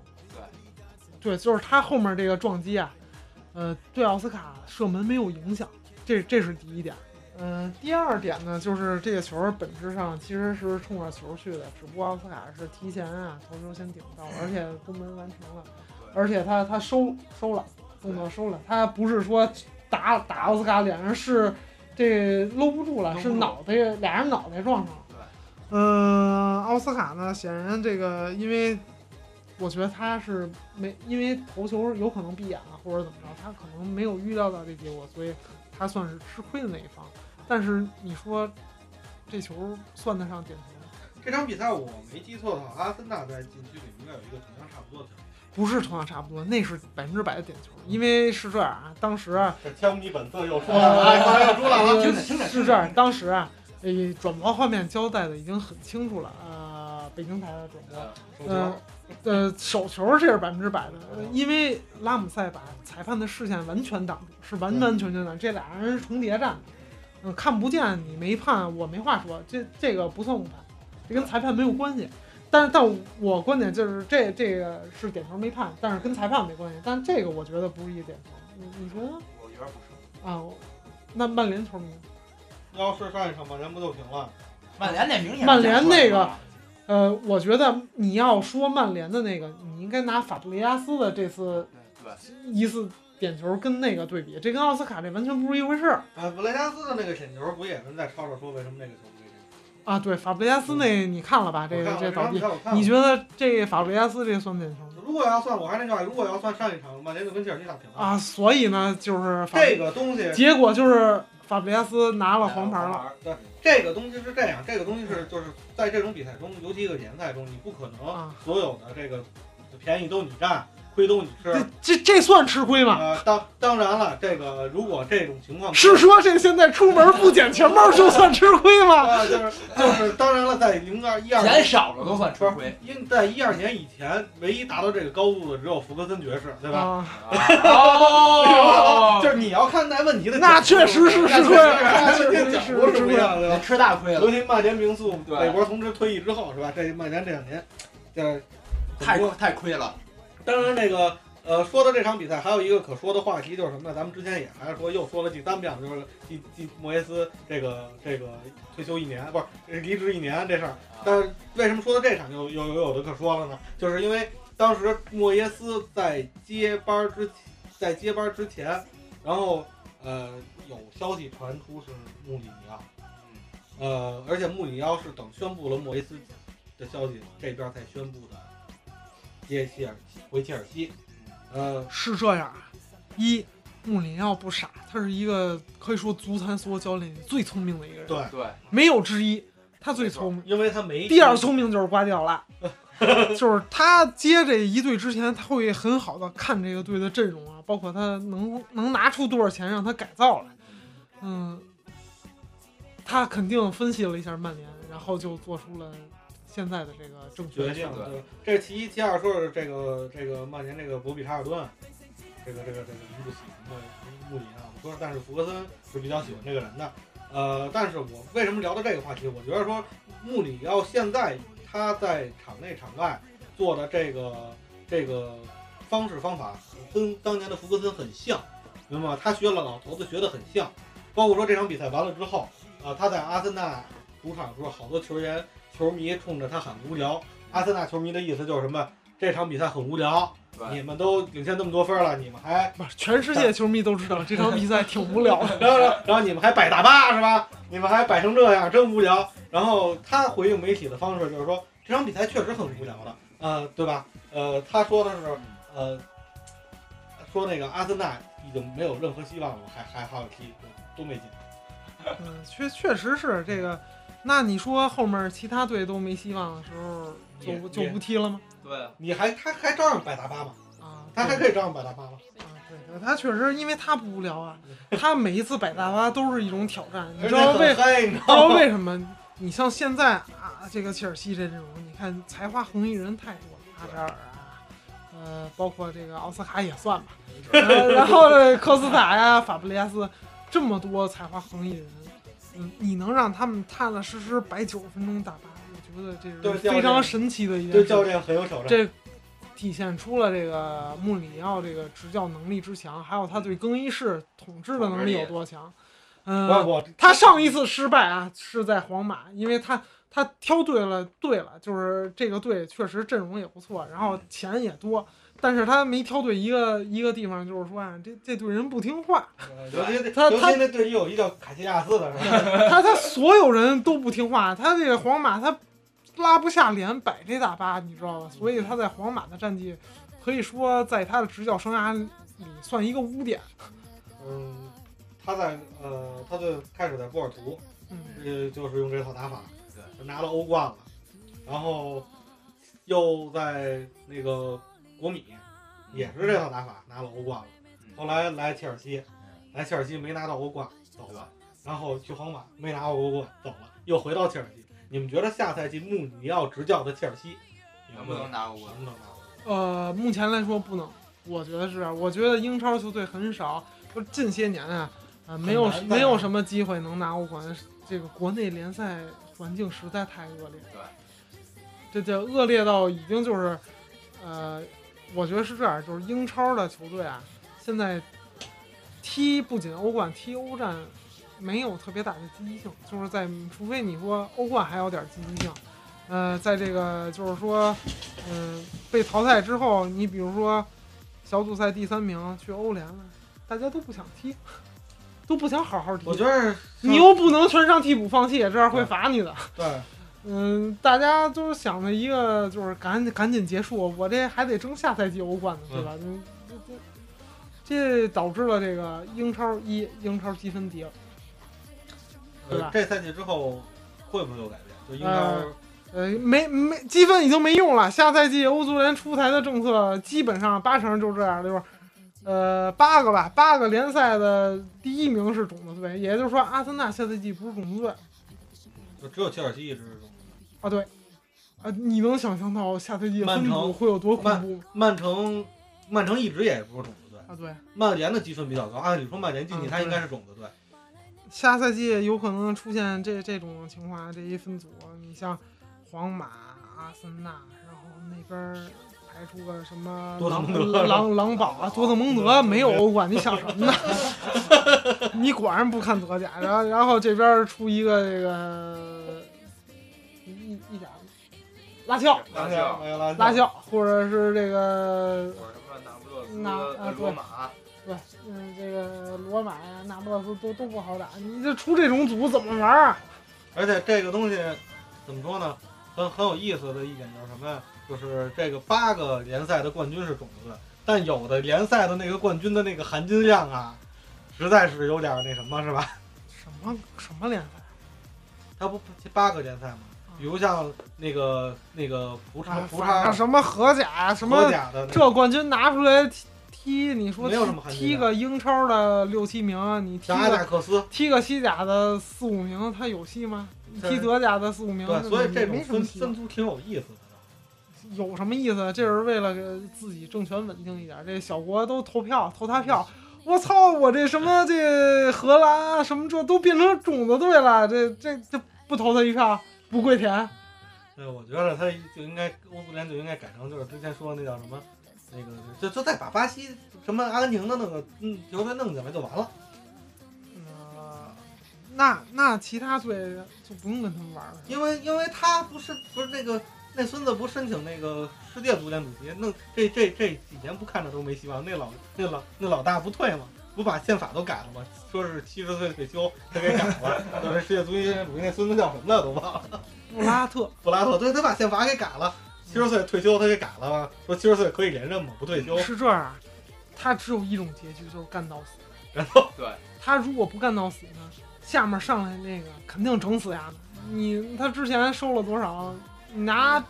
B: 对，对，就是他后面这个撞击啊，呃，对奥斯卡射门没有影响，这这是第一点。嗯、第二点呢，就是这个球儿本质上其实是冲着球去的，只不过奥斯卡是提前啊头球先顶到，而且攻门完成了，而且他他收收了动作收了，他不是说打打奥斯卡脸上是这搂不住了，是脑袋俩人脑袋撞上了。
E: 对，
B: 嗯，奥斯卡呢，显然这个因为我觉得他是没因为头球有可能闭眼了或者怎么着，他可能没有预料到这结果，所以他算是吃亏的那一方。但是你说这球算得上点球吗？
F: 这场比赛我没记错的话，阿森纳在禁区里应该有一个同样差不多的球，
B: 不是成场差不多，那是百分之百的点球，因为是这样啊，当时啊
F: 这枪迷本色又
B: 嗯
F: 出来了，哎，快要出来了。
E: 听着听着，
B: 是这样，当时啊，呃，转播画面交代的已经很清楚了啊、北京台的转播。
F: 手
B: 嗯
F: 球，
B: 呃，手球这是百分之百的，呃因为拉姆塞把裁判的视线完全挡住，是完完全全挡，这俩人是重叠站的，嗯、看不见你没判，我没话说，这这个不算误判，这跟裁判没有关系。但是，但我观点就是这这个是点球没判，但是跟裁判没关系。但这个我觉得不是一个点球，你你觉得呢
E: 我觉得不是。
B: 啊？我那曼联球迷，
F: 要是上一场曼联不就平了？
C: 曼联那明显，
B: 曼联那个，呃，我觉得你要说曼联的那个，你应该拿法布雷加斯的这次
E: 对，
B: 一次点球跟那个对比，这跟奥斯卡这完全不是一回事儿
F: 哎，布雷加斯的那个点球不也是在吵吵说为什么那个球不对劲？
B: 啊！对，法布雷加斯那你看了吧？这
F: 嗯我
B: 个
F: 看
B: 这倒
F: 我
B: 地，
F: 看我看
B: 你觉得这法布雷加斯这算点球吗？
F: 如果要算，我还那句话，如果要算上一场曼联就跟切尔西打平了，
B: 啊，所以呢，就是法，
F: 这个东西
B: 结果就是法布雷加斯拿了黄牌了。
E: 了。
F: 对，这个东西是这样，这个东西是就是在这种比赛中，尤其一个联赛中，你不可能
B: 啊，
F: 所有的这个便宜都你占，亏都你吃。
B: 这这这算吃亏吗？
F: 啊，当当然了，这个如果这种情况
B: 是说这现在出门不捡钱包就算吃亏吗？
F: 啊，就是就是当然了，在零二一二
E: 钱少了都算吃亏，
F: 因在一二年以前，唯一达到这个高度的只有福格森爵士，对吧？
B: 啊，
E: 哦，
F: 就是你要看待问题的角度，
B: 那确实是吃亏，
F: 那确
B: 确
F: 实
B: 实
F: 是
B: 是
F: 吃
B: 吃
F: 亏，是不
B: 亏。
F: 一样的，对吧？
C: 吃大亏了，
F: 尤其曼联名宿
E: 啊对
F: 美国同志退役之后，是吧？这曼联这两年，这
C: 太太亏了。
F: 当然，这个呃，说到这场比赛，还有一个可说的话题就是什么呢？咱们之前也还是说，又说了第三遍了，就是第第莫耶斯这个这个退休一年，不是离职一年这事儿。但是为什么说到这场又又又有的可说了呢？就是因为当时莫耶斯在接班之在接班之前，然后呃有消息传出是穆里尼奥，呃，而且穆里尼奥是等宣布了莫耶斯的消息，这边才宣布的接切尔西回切尔西。呃，
B: 是这样啊，一穆里尼奥不傻，他是一个可以说足坛所有教练里最聪明的一个人，
F: 对
E: 对，
B: 没有之一，他最聪明。
F: 因为他没
B: 第二聪明就是瓜迪奥 拉，就是他接这一队之前，他会很好的看这个队的阵容啊，包括他能能拿出多少钱让他改造来，嗯，他肯定分析了一下曼联，然后就做出了现在的这个正确
F: 决
B: 的
F: 定
B: 选择。
F: 了，对这是其一，其二说是这个这个曼联这个博比查尔顿，这个这个这个不喜欢穆穆里啊，我说但是福格森是比较喜欢这个人的，呃，但是我为什么聊到这个话题？我觉得说穆里奥现在他在场内场外做的这个这个方式方法跟当年的福格森很像，明白吗？他学了老头子学的很像，包括说这场比赛完了之后，啊、他在阿森纳主场的时候，好多球员球迷冲着他喊无聊。阿森纳球迷的意思就是什么？这场比赛很无聊，
E: 对
F: 你们都领先那么多分了，你们还
B: 不是，全世界球迷都知道这场比赛挺无聊的。
F: 然后然后你们还摆大巴是吧？你们还摆成这样，真无聊。然后他回应媒体的方式就是说，这场比赛确实很无聊的，呃，对吧？呃，他说的是，呃，说那个阿森纳已经没有任何希望了，还还还有踢，多没劲。
B: 嗯，确确实是这个。那你说后面其他队都没希望的时候，
F: 也
B: 就就
F: 也
B: 不踢了吗？
E: 对，
F: 你还他还照样摆大巴吗？
B: 啊，
F: 他还
B: 对
F: 可以照样摆大巴吗？
B: 啊，对，他确实，因为他不无聊啊，他每一次摆大巴都是一种挑战，你
F: 而
B: 知
F: 且
B: 道为
F: 很嗨，你知
B: 不知道
F: 道吗？
B: 为什 么？你像现在啊，这个切尔西这阵容，你看才华横溢人太多了，阿扎尔啊，呃，包括这个奥斯卡也算吧，呃然后科斯塔呀、法布雷加斯，这么多才华横溢人，嗯，你能让他们踏踏实实摆九十分钟大巴，我觉得这
F: 对
B: 是
F: 教
B: 非常
F: 练
B: 神奇的一
F: 对
B: 件
F: 教
B: 事。
F: 练很有挑战。
B: 这体现出了这个穆里尼奥这个执教能力之强，还有他对更衣室统治的能力有多强。嗯，
F: 我我
B: 他上一次失败啊是在皇马，因为他他挑对了队了，就是这个队确实阵容也不错，然后钱也多，但是他没挑对一个一个地方，就是说啊，这这队人不听话，
F: 尤其那
B: 他
F: 尤
B: 他
F: 其那队友一叫卡西亚斯的是吧？
B: 他他所有人都不听话，他这个皇马他拉不下脸摆这大巴，你知道吧？所以他在皇马的战绩可以说在他的执教生涯里算一个污点。
F: 嗯，他在呃，他就开始在波尔图，
B: 嗯，
F: 呃，就是用这套打法，
E: 对
F: 就拿了欧冠了，然后又在那个国米也是这套打法拿了欧冠了，
E: 嗯
F: 后来来切尔西，来切尔西没拿到欧冠走了，然后去皇马没拿到欧冠走了，又回到切尔西。你们觉得下赛季穆里尼奥执教的切尔西
E: 能不能拿欧冠
F: 能不能拿欧冠？
B: 呃，目前来说不能，我觉得是，我觉得英超球队很少，就近些年啊，呃，没有
F: 很难的
B: 没有什么机会能拿欧冠。这个国内联赛环境实在太恶劣，这这恶劣到已经就是，呃，我觉得是这样，就是英超的球队啊，现在踢不仅欧冠，踢欧战没有特别大的积极性，就是在除非你说欧冠还有点积极性，呃，在这个就是说，嗯、被淘汰之后，你比如说小组赛第三名去欧联了，大家都不想踢， 都不想好好踢。
F: 我觉得
B: 你又不能全上替补放弃，这样会罚你的。
F: 对，
B: 嗯，大家都是想着一个，就是赶紧赶紧结束，我这还得争下赛季欧冠呢，对吧？嗯、这这这导致了这个英超一英超积分低了。对吧
F: 呃，这赛季之后会不会有改变？就英
B: 呃
F: 超
B: 呃，没没积分已经没用了。下赛季欧足联出台的政策基本上八成就是这样，就是呃八个吧，八个联赛的第一名是种子队，也就是说阿森纳下赛季不是种子队
F: 就只有切尔西一直是中
B: 啊，对。啊，你能想象到下赛季
F: 曼
B: 分组
F: 城
B: 会有多恐
F: 曼
B: 怖吗？
F: 曼城，曼城一直也不是种子队，
B: 啊，对，
F: 曼联的积分比较高，按理说曼联晋级
B: 嗯
F: 他应
B: 对
F: 该是种子队。
B: 下赛季有可能出现这这种情况，这一分组，你像皇马、阿森纳，然后那边儿排出个什么
F: 多特蒙德
B: 狼狼狼堡啊，多特蒙德没有欧冠，你想什么呢？ 你果然不看德甲，然后然后这边儿出一个这个一一一点儿拉齐奥、
E: 拉齐奥，
F: 拉
B: 拉齐奥，或者是这个
E: 或者什么那不勒斯、
B: 那啊
E: 呃罗马，
B: 对，嗯，这个罗马呀、那不勒斯都都不好打，你这出这种组怎么玩儿啊？
F: 而且这个东西怎么说呢？很很有意思的一点就是什么呀？就是这个八个联赛的冠军是种子队，但有的联赛的那个冠军的那个含金量啊，实在是有点那什么，是吧？
B: 什么什么联赛？
F: 它不八个联赛吗？比如像那个那个葡超
B: 啊
F: 葡超
B: 反什么荷甲什
F: 荷
B: 么
F: 甲的那个
B: 这冠军拿出来踢，踢你说
F: 没有什么
B: 踢
F: 含金
B: 踢个英超的六七名，啊你踢
F: 像阿贾
B: 个
F: 克斯，
B: 踢个西甲的四五名，他有戏吗？你
F: 这
B: 踢德甲的四五名，
F: 对，所以
B: 你
F: 这
B: 没
F: 种
B: 什么
F: 分
B: 戏啊
F: 分组挺有意思的。
B: 有什么意思？啊这是为了给自己政权稳定一点，这小国都投票投他票。我操！我这什么这荷兰啊什么这都变成种子队了，这这这不投他一票不跪舔。
F: 对，我觉得他就应该欧足联就应该改成就是之前说的那叫什么，那个就就再把巴西什么阿根廷的那个嗯球队弄进来就完了。
B: 呃，那那其他队就不用跟他们玩了。
F: 因为因为他不是不是那个那孙子不申请那个世界足联主席，那这这这几年不看着都没希望。那老那老那老大不退吗？不把宪法都改了吗？说是七十岁退休，他给改了。 就是世界足联主席那孙子叫什么来都忘了，
B: 布拉特，
F: 布拉特，对，他把宪法给改了。七十岁退休，他给改了吗？说七十岁可以连任吗？不退休，
B: 是这样啊，他只有一种结局，就是干到死。
F: 然后
B: 他如果不干到死呢，下面上来那个肯定整死丫的。你他之前收了多少，你拿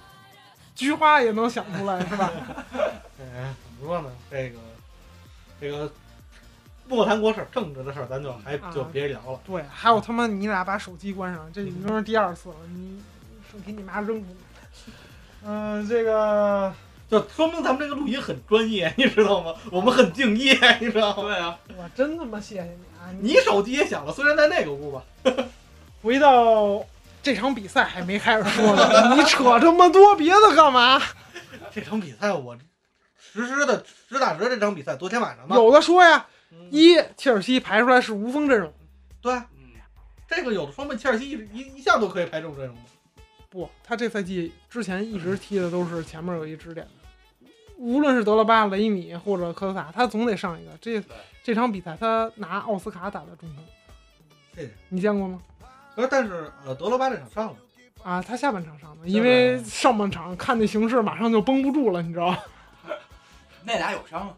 B: 菊花也能想出来是吧？
F: 哎，怎么说呢？这个这个莫谈国事，政治的事儿咱就还就
B: 啊
F: 别聊了。
B: 对，还有他妈你俩把手机关上，这已经是第二次了，你手给你妈扔出去。嗯、这个
F: 就说明咱们这个录音很专业，你知道吗？我们很敬业，你知道吗？
E: 对啊，
B: 我真他妈谢谢你啊！
F: 你手机也响了，虽然在那个屋吧。
B: 回到这场比赛还没开始说呢，你扯这么多别的干嘛？
F: 这场比赛我实时的实打实这场比赛，昨天晚上吧，
B: 有的说呀，
F: 嗯
B: 一切尔西排出来是无锋阵容，
F: 对
E: 嗯，
F: 这个有的说明切尔西一直一一向都可以排这种阵容吗？
B: 不，他这赛季之前一直踢的都是前面有一支点的无论是德罗巴、雷米或者科斯塔，他总得上一个。这这场比赛他拿奥斯卡打的中锋，
F: 对
B: 你见过吗？
F: 而但是呃，德罗巴这场上了，
B: 啊，他下半场上的，
F: 半
B: 因为上半场看那形势马上就绷不住了，你知道吧？
E: 那俩有伤吗？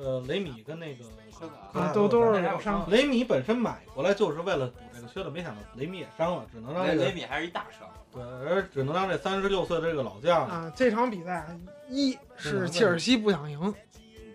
F: 呃，呃雷米跟那个
E: 科卡
B: 啊都都是
E: 还
B: 有
E: 有
B: 伤
E: 伤，
F: 雷米本身买过来就是为了补这个缺的，没想到雷米也伤了，只能让
E: 雷
F: 这个
E: 雷米还是一大伤，
F: 对，而只能让这三十六岁这个老将
B: 啊，这场比赛啊一是切尔西不想赢，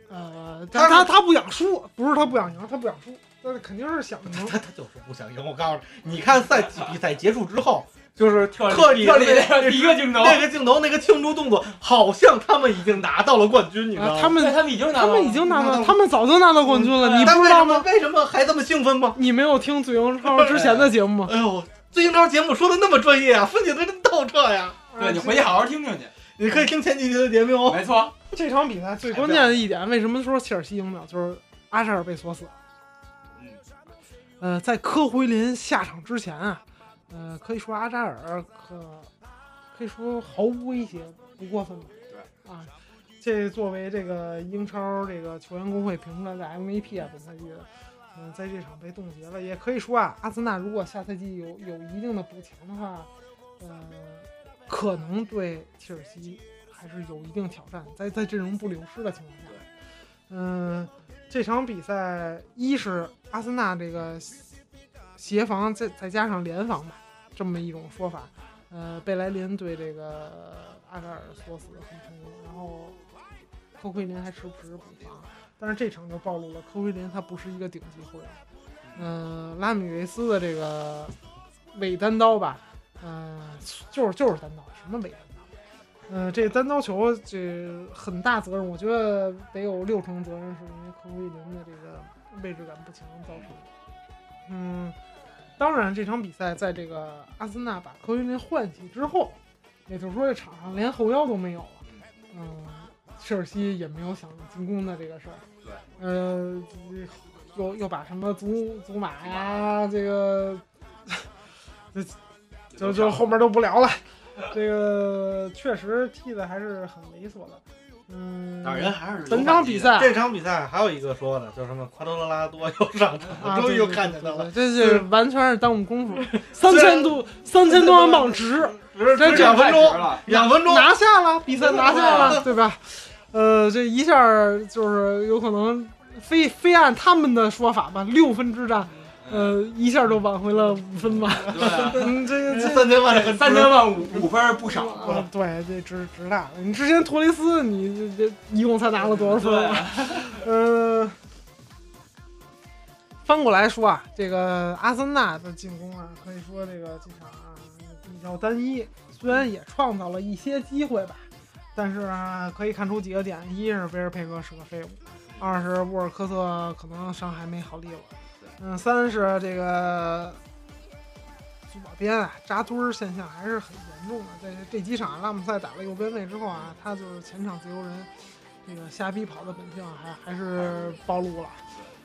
B: 呃，他
F: 他
B: 他他不想输，不是他不想赢，他不想输，他肯定是想赢。
F: 他他就是不想赢。我告诉你，你看赛季比赛结束之后， 就是
E: 特
F: 特里
E: 特里
F: 那
E: 那第一个镜头，
F: 那个镜头，那个庆祝动作，好像他们已经拿到了冠军，你知道
B: 啊，
F: 吗？
B: 他
E: 对
B: 们
E: 他们已经拿
B: 他
E: 到了
B: 们已经拿
F: 拿到
B: 到，
F: 了
B: 他啊们早就拿到冠军了，
E: 嗯
B: 你
F: 但
B: 不
F: 为
B: 知
F: 什
B: 道
F: 么
B: 吗？
F: 为什么还这么兴奋吗？
B: 你没有听嘴英超之前的节目吗？
F: 哎呦，最英超节目说的那么专业啊，分析的真透彻呀！
E: 对你回去好好听听去，
F: 你可以听前几期的节目哦。
E: 没错，
B: 这场比赛最关键的一点，为什么说切尔西赢不了，就是阿塞尔被锁死了。
E: 嗯
B: 呃，在科回林下场之前啊，呃，可以说阿扎尔可可以说毫无威胁，不过分吧？对啊，这作为这个英超这个球员工会评出来的 MVP 啊，本赛季的，嗯、在这场被冻结了，也可以说啊，阿森纳如果下赛季有有一定的补强的话，呃，可能对切尔西还是有一定挑战，在在阵容不流失的情况下，嗯、这场比赛一是阿森纳这个协防，再再加上联防吧，这么一种说法。呃，贝莱林对这个阿扎尔锁死很成功，然后科奎林还迟迟补防，但是这场就暴露了科奎林他不是一个顶级后腰。嗯、拉米维斯的这个伪单刀吧，嗯、就是就是单刀，什么伪单刀？嗯、这单刀球这很大责任，我觉得得有六成责任是因为科奎林的这个位置感不强造成的。嗯，当然这场比赛在这个阿森纳把科奎林唤起之后，也就是说这场上连后腰都没有了。嗯，切尔西也没有想进攻的这个事儿。
E: 对，
B: 呃，又又把什么祖祖马呀、这个就就后面都不聊了。这个确实踢的还是很猥琐的。嗯，
E: 当然还是
B: 本场比赛
F: 这场比赛还有一个说的，就是什么夸德拉多又上场，
B: 啊
F: 我终于又看见他了。，
B: 对对对对这是完全是耽误功 夫，三千多三千多万镑值，
F: 只是
B: 这
F: 只两分
E: 太值
F: 钟，
E: 了，
F: 两分钟，
B: 拿下了比赛，拿下
F: 对
B: 了， 对吧？呃，这一下就是有可能非非按他们的说法吧，六分之战，呃，一下就挽回了五分吧。
E: 对啊，
B: 嗯，这个这
F: 三千万很值
E: 三千万五五分儿不少 了，
B: 啊， 对，这值值大了。你之前托雷斯，你这这一共才拿了多少分
E: 对 啊，
B: 啊？呃，翻过来说啊，这个阿森纳的进攻啊，可以说这个这场啊比较单一，虽然也创造了一些机会吧，但是、啊、可以看出几个点：一是维尔佩克是个废物，二是沃尔科特可能伤还没好利落，嗯，三是这个左边啊扎堆儿现象还是很严重的。在这几场拉姆塞打了右边位之后啊，他就是前场自由人，这个瞎逼跑的本性还还是暴露了。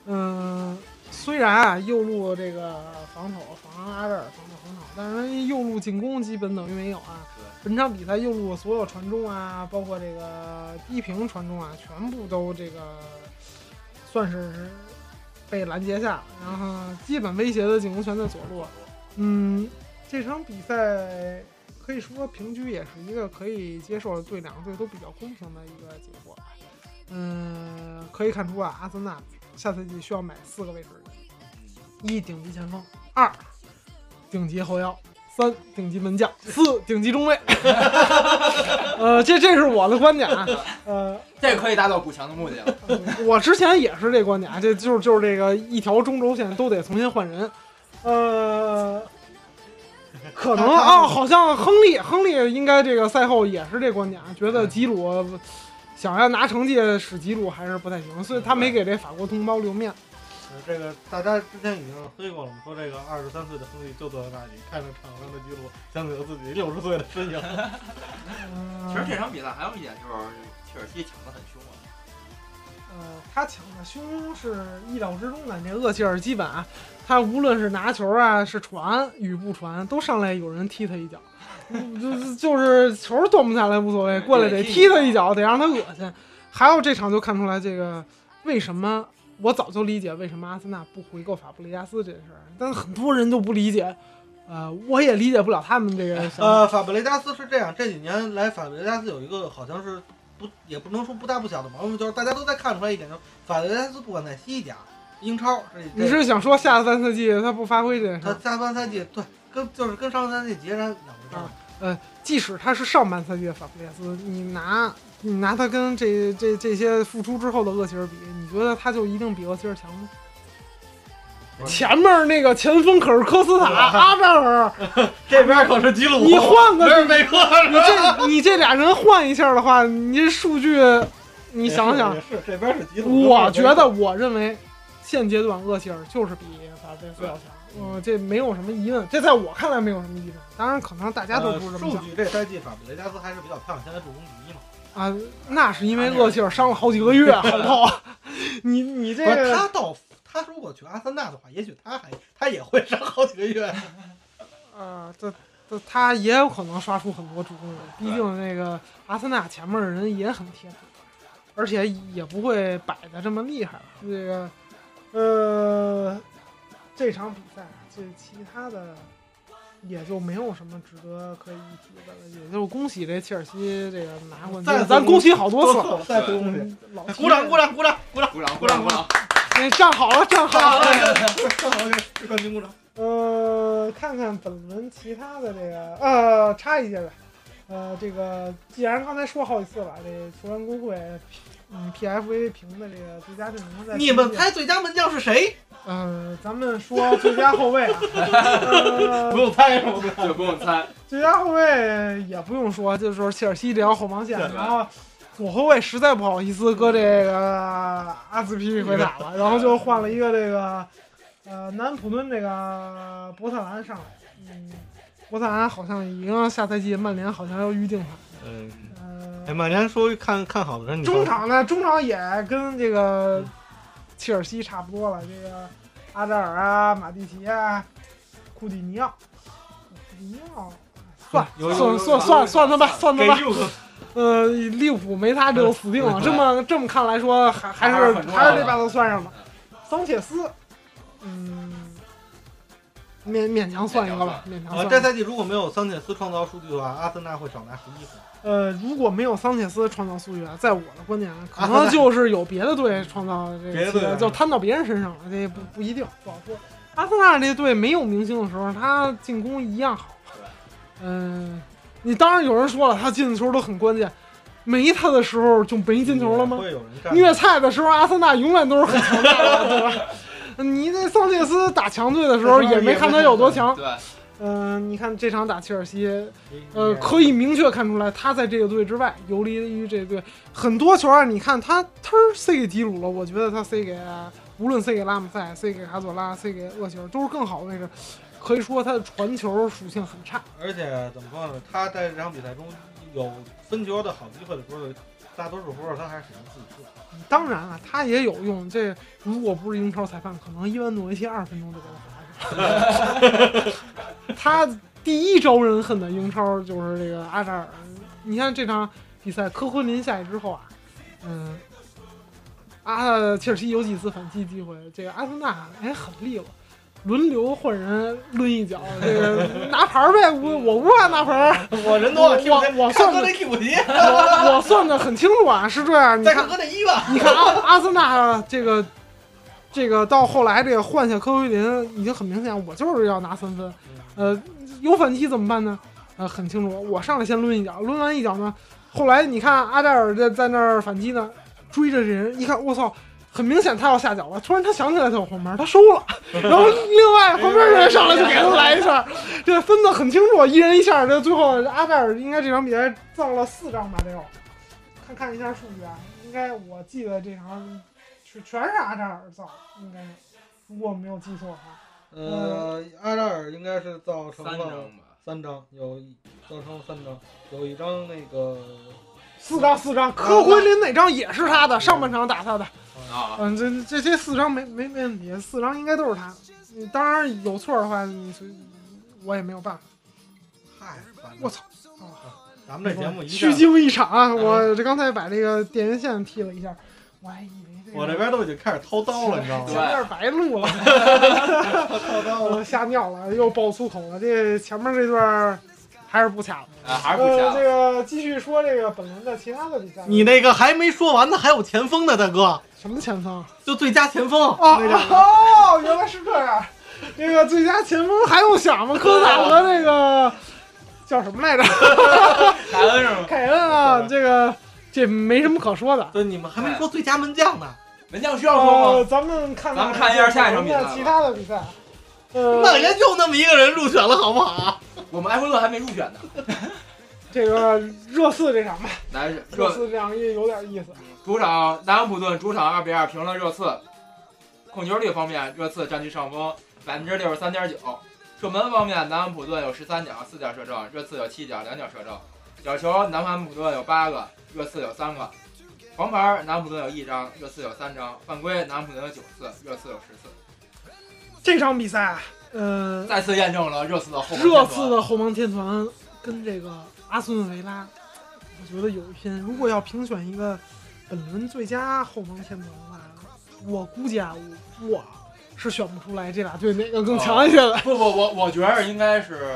B: 嗯，虽然啊右路这个防守防阿扎尔防的很好，但是右路进攻基本等于没有啊。本场比赛右路所有传中啊，包括这个低平传中啊，全部都这个算是被拦截下，然后基本威胁的进攻权在左路。啊嗯，这场比赛可以说平局也是一个可以接受的，对两个队都比较公平的一个结果。嗯，可以看出啊，阿森纳下赛季需要买四个位置：一顶级前锋，二顶级后腰，三顶级门将，四顶级中卫。 呃，这这是我的观点啊。呃，
E: 这可以达到补强的目的了，
B: 我之前也是这观点，啊，这就是就是这个一条中轴线都得重新换人，呃，可能啊，好像亨利亨利应该这个赛后也是这观点，啊，觉得吉鲁想要拿成绩使吉鲁还是不太行，所以他没给这法国同胞留面。
F: 这个大家之前已经黑过了，我们说这个二十三岁的亨利就坐在那里，看着场上的记录，想起了自己六十岁的身 影。
B: 嗯
E: 其实这场比赛还有一点就是切尔西抢得很凶 啊，
B: 呃，他抢的凶是意料之中的，这厄齐尔基本啊，他无论是拿球啊，是传与不传，都上来有人踢他一脚，嗯就就是球断不下来无所谓，过来得踢他一脚，得让他恶心。还有这场就看出来这个为什么。我早就理解为什么阿森纳不回购法布雷加斯这事儿，但很多人都不理解，呃，我也理解不了他们这个想法。
F: 呃，法布雷加斯是这样，这几年来法布雷加斯有一个好像是不也不能说不大不小的毛病，就是大家都在看出来一点，就是法德莱斯不管在西甲、英超这
B: 你是想说下三四季他不发挥这件事
F: 他
B: 儿？
F: 下半赛季对跟就是跟上半赛季截然两回事儿
B: 啊。即使他是上半赛季的法布列斯，你拿你拿他跟这这这些复出之后的厄齐尔比，你觉得他就一定比厄齐尔强吗？
F: 不是
B: 前面那个前锋可是科斯塔、阿扎尔，
F: 这边可是吉啊鲁
B: 你 换个
F: 是梅克，
B: 你这你这俩人换一下的话，你这数据，你想想
F: 也，是这边是吉鲁，
B: 我觉得我认为现阶段厄齐尔就是比法布列斯要强，嗯、这没有什么疑问，这在我看来没有什么疑问。当然，可能大家都不是这么
F: 呃数
B: 想。
F: 据这赛季法布雷加斯还是比较漂亮，现在助攻第一嘛。
B: 啊，那是因为厄齐尔伤了好几个月，好不好？ 你你这
F: 不是
B: 个
F: 他到他如果去阿森纳的话，也许他还他也会上好几个 月。
B: 啊，这这他也有可能刷出很多助攻来，毕竟那个阿森纳前面的人也很贴谱，而且也不会摆的这么厉害。这个呃，这场比赛啊这其他的。也就没有什么值得可以一提的了，也就恭喜这切尔西这个拿冠
F: 再
B: 军，咱恭喜好多次了，嗯
F: 我再多东西，
B: 老
F: 鼓掌鼓
B: 掌，
F: 掌鼓掌鼓掌！
E: 鼓掌鼓掌鼓掌！
B: 哎站好了站好了，
F: 好，给冠军鼓掌。
B: 呃，看看本轮其他的这个，呃，插一下吧。呃，这个既然刚才说好几次了，这球员工会，嗯，PFA 评的这个最佳阵容在
F: 你们
B: 看，
F: 猜最佳门将是谁？
B: 呃，咱们说最佳后 卫啊，呃，
F: 用猜是吗？
E: 这不用猜，
B: 最佳后卫也不用说，就是说切尔西这条后防线，
F: 对
B: 然后左后卫实在不好意思搁这个阿兹皮利奎塔了，然后就换了一个这个呃南普敦这个博特兰上来，嗯，博特兰好像已经下赛季曼联好像要预定他，
F: 嗯，哎，
B: 呃，
F: 曼联说看看好的人，你说
B: 中场呢，中场也跟这个切尔西差不多了，这个阿扎尔啊、马蒂奇啊、库蒂尼奥，库蒂尼奥。算
F: 有有
B: 算
F: 有
B: 算算算他吧，算他
F: 给
B: 吧。
F: 六个
B: 呃，利物浦没他就死定了。
F: 嗯
B: 这么这么看来说，还还
E: 还是
B: 是
E: 很重要的
B: 还是得把他算上吧。桑切斯，嗯，勉勉强算一个吧，勉强
F: 啊！
B: 算。
F: 这赛季如果没有桑切斯创造数据的话，阿森纳会少拿十一分。
B: 呃，如果没有桑切斯创造数据啊，在我的观点啊，可
F: 啊
B: 能
F: 对
B: 就是有别的队创造这
F: 别的
B: 个
F: 队
B: 奇迹了，
F: 啊
B: 就摊到别人身上了，这也不不一定，不好说。阿森纳这队没有明星的时候，他进攻一样好。嗯、你当然有人说了，他进的球都很关键，没他的时候就没进球了吗？
F: 会有人站
B: 虐菜的时候，阿森纳永远都是很强大 的，对吧？你那桑切斯打强队的时候也没看他有多强。
E: 对，
B: 嗯、你看这场打切尔西，呃，可以明确看出来他在这个队之外，游离于这个队。很多球啊，你看他他塞给吉鲁了，我觉得他塞给无论塞给拉姆塞、塞给卡佐拉、塞给厄齐尔都是更好的位置。可以说他的传球属性很差。
F: 而且怎么说呢？他在这场比赛中有分球的好机会的时候，大多数时候他还是选择自己做。
B: 当然啊，他也有用。这如果不是英超裁判，可能伊万诺维奇二分钟就给他罚上。他第一招人恨的英超就是这个阿扎尔。你看这场比赛，科昆林下去之后啊，嗯，阿切尔西有几次反击机会，这个阿森纳哎很利落，轮流换人抡一脚，这个拿牌儿呗，我我不怕拿牌儿，
F: 我人多了，踢不进
B: 我我
F: 看
B: 算
F: 哥
B: 的
F: 那踢不进，
B: 我我算的很清楚啊，是这样。你
F: 再
B: 看
F: 看哥那一吧。
B: 你看阿阿森纳这个这个到后来这个换下科奎林已经很明显，我就是要拿三分。呃，有反击怎么办呢？呃，很清楚，我上来先抡一脚，抡完一脚呢，后来你看阿扎尔在在那儿反击呢，追着这人一看，我操！很明显他要下脚了，突然他想起来他有红牌，他收了，然后另外旁边的人上来就给他来一下，这分的很清楚，一人一下，这最后阿扎尔应该这场比赛造了四张吧得有，看看一下数据啊，应该我记得这场全全是阿扎尔造，应该如果没有记错的啊话，
F: 呃，阿扎尔应该是造成
E: 三
F: 了
E: 张吧，
F: 三张，有一造成了三张，有一张那个
B: 四张四张，科奎林嗯那张也是他的，上半场打他的。
E: 啊，
B: 嗯，这这这四张没没没问题，四张应该都是他。嗯当然有错的话，你随我也没有办法。
F: 嗨，反
B: 我
F: 正啊
B: 操！
F: 咱们这节目一下
B: 虚，惊一场啊，
F: 嗯
B: 我这刚才把这个电源线剃了一下，我还以为这个
F: 我这边都已经开始掏刀了，你知道
B: 前
F: 吗？
B: 面白录了，
F: 掏刀了。
B: 我吓尿了，又爆粗口了。这前面这段还是不掐了。
E: 啊，还是不
B: 呃，
E: 掐
B: 这
E: 了。
B: 个继续说这个本轮的其他的比赛。
F: 你那个还没说完呢，还有前锋呢，大哥，
B: 什么前锋？
F: 就最佳前锋
B: 哦
F: 那个。
B: 哦，原来是这 样。这个最佳前锋还用想吗？科萨和那个 叫什么来着？
E: 凯恩是吗？
B: 凯恩啊，这个这没什么可说的。
F: 对，你们还没说最佳门将呢，
E: 门将需要说
B: 呃
E: 吗？
B: 咱们看
E: 咱们看一下下一场比赛吧
B: 看其他的比赛。呃，
F: 那也就那么一个人入选了，好不好？
E: 我们埃弗顿还没入选呢。
B: 这个热刺这场吧，
E: 来，
B: 热
E: 热
B: 刺这场也有点意思。
E: 主场南安普顿主场二比二平了热刺。控球率方面，热刺占据上风，百分之六十三点九。射门方面，南安普顿有十三脚，四脚射正；热刺有七脚，两脚射正。角球，南安普顿有八个，热刺有三个。黄牌，南安普顿有一张，热刺有三张。犯规，南安普顿有九次，热刺有十次。
B: 这场比赛，呃，
E: 再次验证了热刺的后防
B: 热
E: 线
B: 刺的后防天团跟这个阿斯顿维拉，我觉得有一拼。如果要评选一个本轮最佳后防天团的话，我估计啊，我我是选不出来这俩队哪个更强一些的。
E: 不不，我我觉得应该是，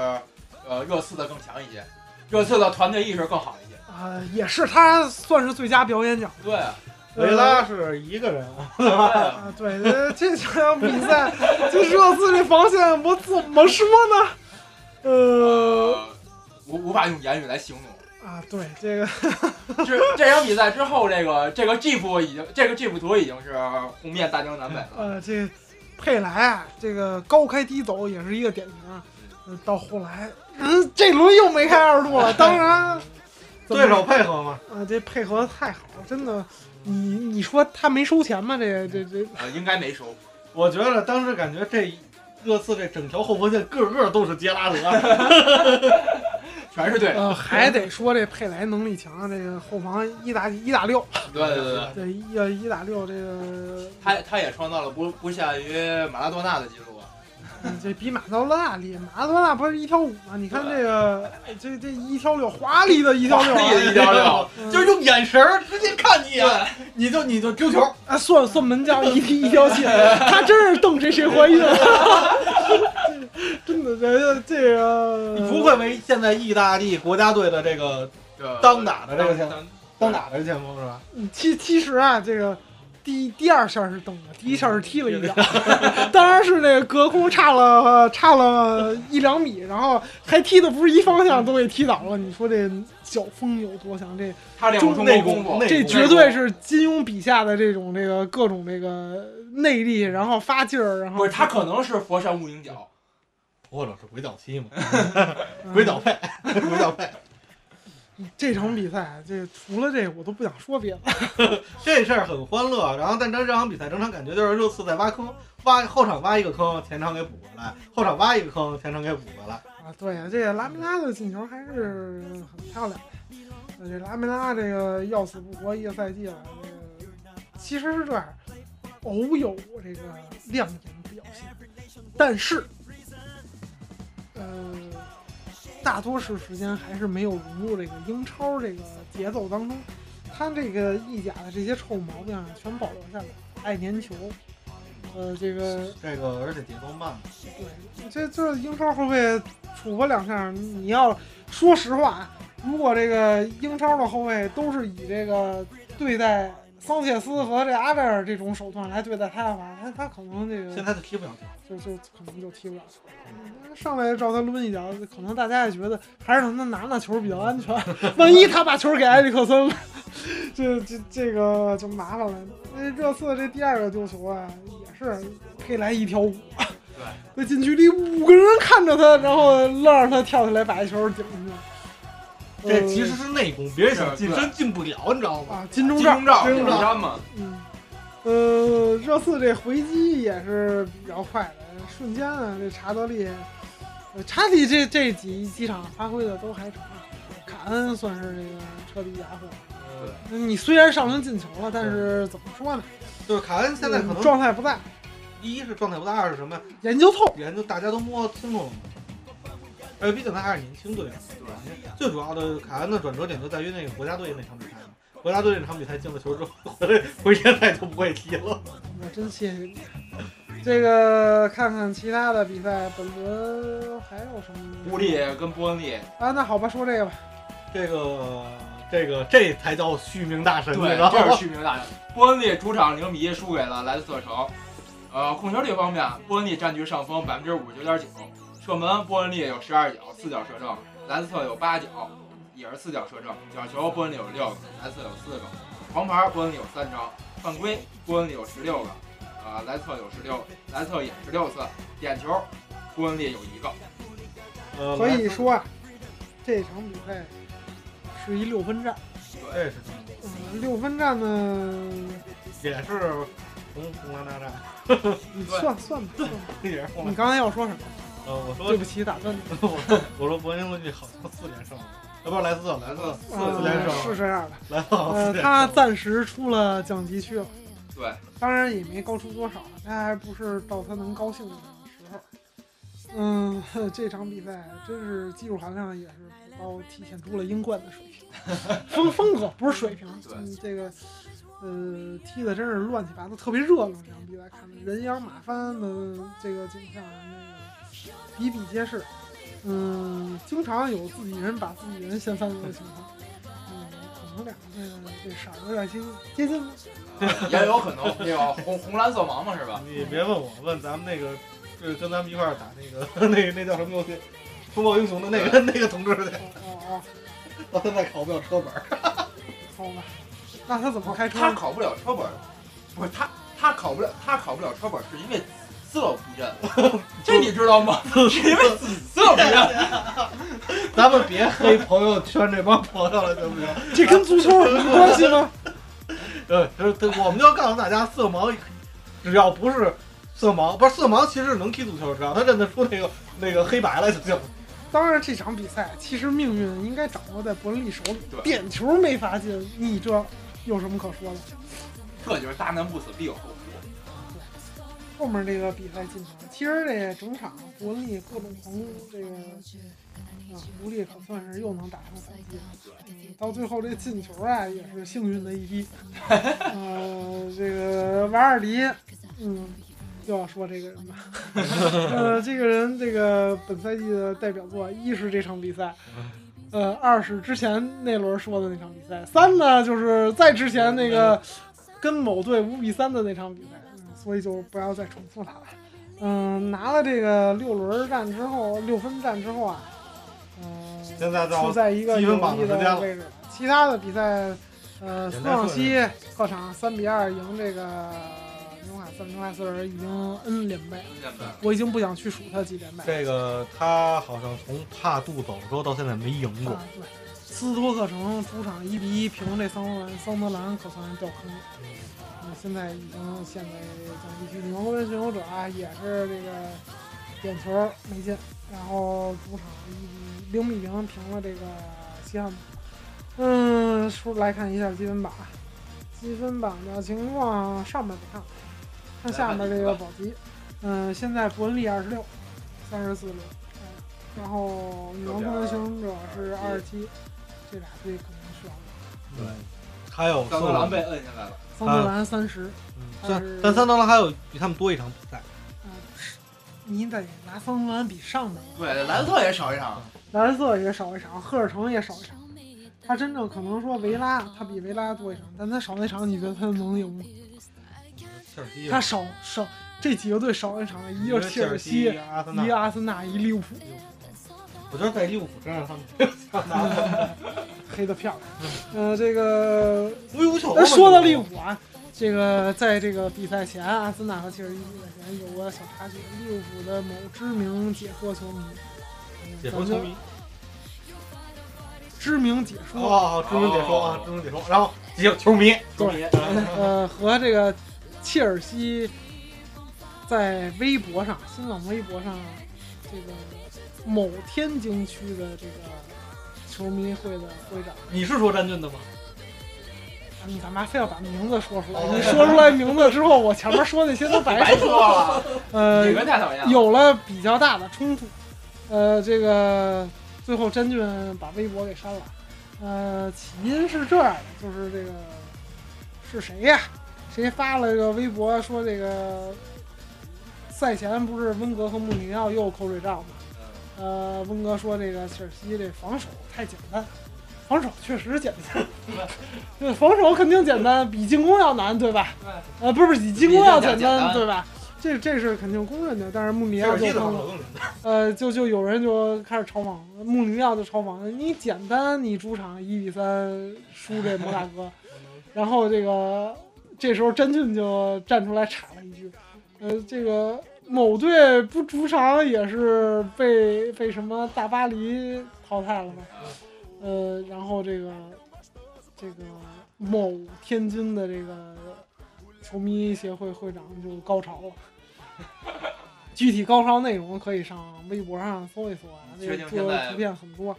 E: 呃，热刺的更强一些，热刺的团队意识更好一些。
B: 啊、也是，他算是最佳表演奖。
E: 对啊，
F: 维拉是一个人啊，
E: 对啊，
B: 啊，对，呃这场比赛，这热刺这防线，我怎么说呢？呃，
E: 呃，无无法用言语来形容。
B: 啊，对，这个
E: 这这场比赛之后，这个这个 GIF 已经这个 GIF 图已经是红遍大江南北了。
B: 呃，这佩莱啊，这个高开低走也是一个典型啊。呃到后来，嗯，这轮又没开二度了，当然，怎么
F: 呃对手配合嘛。
B: 啊，这配合太好了，真的。你你说他没收钱吗？这这这，
E: 呃，应该没收。
F: 我觉得当时感觉这热刺这整条后防线个个都是杰拉 德，
E: 全是对手，
B: 呃，还得说这佩莱能力强，啊这个后防一打一打六，
E: 嗯对对对
F: 嗯
E: 对，
B: 对一呃一打六，这个
E: 他他也创造了不不下于马拉多纳的记录啊。
B: 嗯这比马德纳厉害，马德纳不是一挑五吗？你看这个，这这一挑六，华丽的一挑六、
E: 华丽的
B: 啊
E: 一挑六
B: 嗯，
F: 就是用眼神儿直接看你一眼，你就你就丢球。
B: 啊，算算门将一踢一条线，他真是瞪谁谁怀孕了， 真的，这这个
F: 你不会为现在意大利国家队的这个
E: 这
F: 当打的这个
E: 当
F: 前
E: 当
F: 当打的前锋是吧？
B: 嗯其其实啊，这个第第二下是蹬的，第一下是踢了一脚， 当然是那个隔空差了差了一两米，然后还踢的不是一方向，都给踢倒了。你说这脚风有多强？这
E: 他两个中
F: 内
E: 国功夫，
F: 内
B: 这
F: 功
B: 绝对是金庸笔下的这种这个各种这个内力，然后发劲儿，然后
E: 不是他可能是佛山无影脚。
F: 或者是鬼脚七嘛，
B: 嗯
F: 鬼脚配， 鬼脚配。
B: 这场比赛，这除了这个我都不想说别的。
F: 这事儿很欢乐，然后但这这场比赛整场感觉就是热刺在挖坑，挖后场挖一个坑，前场给补回来，后场挖一个坑，前场给补回来。
B: 啊，对呀，这个拉梅拉的进球还是很漂亮的。呃这拉梅拉这个要死不活一个赛季了，这个其实是这样，偶有这个亮眼表现，但是，呃，大多数时间还是没有融入这个英超这个节奏当中。他这个意甲的这些臭毛病啊，全保留下来，爱粘球，呃，这个
F: 这个而且节奏慢，
B: 对，这这英超后卫杵吧两下，你要说实话，啊如果这个英超的后卫都是以这个对待桑切斯和这阿扎尔这种手段来对待他的话，他他可能这
F: 现
B: 个
F: 在他踢不了球。
B: 就就可能就踢不了球。上来照他抡一脚，可能大家也觉得还是让他拿那球比较安全。万一他把球给埃里克森了，这这这个就麻烦了。那热刺这第二个丢球啊，也是佩莱一条五，那禁区里五个人看着他，然后愣让他跳起来把一球顶进去。
F: 这
B: 呃
F: 其实是内功，别人想进真进不了，你知道吗？
B: 啊，金钟
E: 金
B: 罩
E: 钟，罩，
B: 金
E: 金
B: 钟
E: 钟
B: 罩，
E: 罩嘛，
B: 嗯，呃，热刺这回击也是比较快的，瞬间啊，这查德利，呃查德利这这几几场发挥的都还成啊，卡恩算是这个彻底哑火。嗯你虽然上轮进球了，但是怎么说呢？
F: 就是卡恩现在可
B: 嗯
F: 能
B: 状态不在，
F: 第一是状态不大，二是什么？
B: 研究透。
F: 研究大家都摸清楚了嘛。而且毕竟他还是年轻队员，啊对吧？最主要的卡恩的转折点就在于那个国家队那场比赛嘛。国家队那场比赛进了球之后，回回联赛就不会踢了。
B: 我真谢谢你。这个看看其他的比赛，本轮还有什么？
E: 乌力跟伯恩利，
B: 啊，那好吧，说这个吧。
F: 这个这个这才叫续命大 神，你
E: 对
F: 知道，
E: 这是
F: 吗？
E: 续命大战。伯恩利主场零比一输给了莱斯特城。呃，控球率方面，伯恩利占据上风，百分之五十九点九，射门伯恩利有十二脚，四脚射正；莱斯特有八脚，也是四脚射正。角球伯恩利有六个，莱斯特有四个；黄牌伯恩利有三张；犯规伯恩利有十六个，呃，莱斯特有十六，莱斯特也十六次；点球伯恩利有一个。
F: 呃
B: 可以，说啊，这场比赛是一六分战。
F: 这是
B: 嗯，六分嗯战呢，
F: 也是红红蓝大战，
B: 你算算吧。算吧
F: 也是红
B: 你
F: 蓝。
B: 刚才要说什么？
F: 呃，我说
B: 对不起，打断你。
F: 我说伯恩利好像四连胜了，要不然莱斯特莱斯特四连
B: 呃，
F: 胜
B: 是这
F: 了，
B: 样的。
F: 莱斯特好像
B: 呃
F: 四，连胜
B: 他
F: 了。
B: 暂时出了降级区了，
E: 对，
B: 当然也没高出多少，但还不是到他能高兴的时候。嗯， 呵这场比赛真是技术含量也是不高，体现出了英冠的水平，风风格不是水平。
E: 对
B: 嗯，这个呃踢的真是乱七八糟，特别热闹。这场比赛看的人仰马翻的这个景象，那个比比皆是。嗯，经常有自己人把自己人掀翻了的情况。嗯，可能两个这色儿有点接近接近了。
E: 呃也有可能那个红红蓝色盲嘛，是吧？
F: 你别问我，问咱们那个，就是跟咱们一块儿打那个 那那叫什么游戏，风暴英雄的那个那个同志
B: 哦
F: 的，
B: 哦哦，
F: 到现在考不了车本儿。
B: 好吧，那他怎么开车？
E: 他考不了车本儿，不是他他考不了他考不了车本儿，是因为自乐不认， 这你知道吗？是因为自己自乐不认，
F: 咱们别黑朋友圈这帮朋友了，行不行？
B: 这跟足球有什么关系吗？
F: 呃，就是我们就告诉大家，色盲只要不是色盲，不是色盲，其实能踢足球，只要他认得出那个那个黑白来就行。
B: 当然，这场比赛其实命运应该掌握在伯恩利手里
E: 对。
B: 点球没罚进，你这有什么可说的？
E: 这就是大难不死必有后福。
B: 后面这个比赛进程，其实这整场伯恩利各种狂攻，这个啊，无力可算是又能打成反击。嗯，到最后这进球啊，也是幸运的一逼。呃，这个瓦尔迪，嗯，又要说这个人了。呃，这个人这个本赛季的代表作，一是这场比赛。呃，二是之前那轮说的那场比赛，三呢就是再之前那个跟某队五比三的那场比赛，嗯，所以就不要再重复它了。嗯，拿了这个六轮战之后，六分战之后啊，嗯、
F: 现在
B: 处
F: 到
B: 在一个
F: 积
B: 有
F: 分榜
B: 利
F: 的时间
B: 的
F: 了
B: 位置。其他的比赛，呃，斯
F: 简单
B: 旺
F: 说一
B: 西客场三比二赢这个纽卡斯尔，纽卡斯尔已经 N 连败了，
E: 真的
B: 我已经不想去数他几连败了。
F: 这个他好像从帕杜走之后到现在没赢过
B: 啊，，对，斯托克城主场一比一平这桑德兰，桑德兰可算是掉坑了。嗯，现在已经陷在降级区，纽伦巡游者啊也是这个点球没进，然后主场一比零比零平了这个西汉姆。嗯，说来看一下积分榜，啊，积分榜的情况上面不看，看下面这个保级。嗯，现在伯恩利二十六，三十四轮，嗯然后纽伦巡游者是二十七，这俩队可能需要
F: 对，还有
E: 桑德兰被摁下来了，
B: 桑德兰三十。啊
F: 嗯
B: 但
F: 但
B: 是
F: 但桑德兰还有比他们多一场比赛，
B: 啊，你得拿桑德兰比上面，
E: 对，莱斯特也少一场，
B: 莱斯特也少一场，赫尔城也少一场。他真正可能说维拉，他比维拉多一场，但他少那场，你觉得他能赢吗？
F: 切尔西
B: 他少少这几个队少一场，一个切尔西，
F: 阿森纳
B: 一个。阿森纳，一利物 浦，
F: 我觉得在利物浦身上他们
B: 嗯黑的漂亮。呃，这个
F: 无欲无求嘛。
B: 咱说到利
F: 利
B: 物浦啊，这个在这个比赛前，啊阿森纳和切尔西比赛前有个小插曲，利物浦的某知名解说球迷，嗯
F: 解说球迷，
B: 知名解说，
F: 哦，知名解说啊，知名解说，然后也有球迷，
E: 球迷
B: 呃，和这个切尔西在微博上，新浪微博上，这个某天津区的这个球迷会的会长，
F: 你是说詹俊的吗？
B: 你干嘛非要把名字说出来？
F: 哦
B: 你说出来名字之后，我前面说那些都白
E: 白
B: 说。
E: 说了，
B: 呃
E: 你，们太讨厌了。
B: 有了比较大的冲突。呃，这个最后詹俊把微博给删了。呃，起因是这样的，就是这个是谁呀、谁发了一个微博说这个赛前不是温格和穆里尼奥又有口水仗吗？
E: 嗯，
B: 呃，温哥说这个切尔西这防守太简单，防守确实简 单，对，防守肯定简单，比进攻要难，对吧？
E: 对
B: 呃，不是不是比进攻要简
E: 比进攻要简
B: 单，
E: 单
B: 对吧？这这是肯定公认的，但是穆里尼
F: 切
B: 奥
F: 尔
B: 就
F: 西的
B: 疯了
F: 防守，更简单。
B: 呃，就就有人就开始嘲讽穆里尼奥，就嘲讽你简单，你主场一比三输这摩纳哥，然后这个这时候詹俊就站出来插了一句，呃，这个某队不主场也是被被什么大巴黎淘汰了吗？呃，然后这个这个某天津的这个球迷协会会长就高潮了。 具体高潮内容可以上微博上搜一搜啊，那
E: 确
B: 个
E: 定
B: 做
E: 现在
B: 图片很多。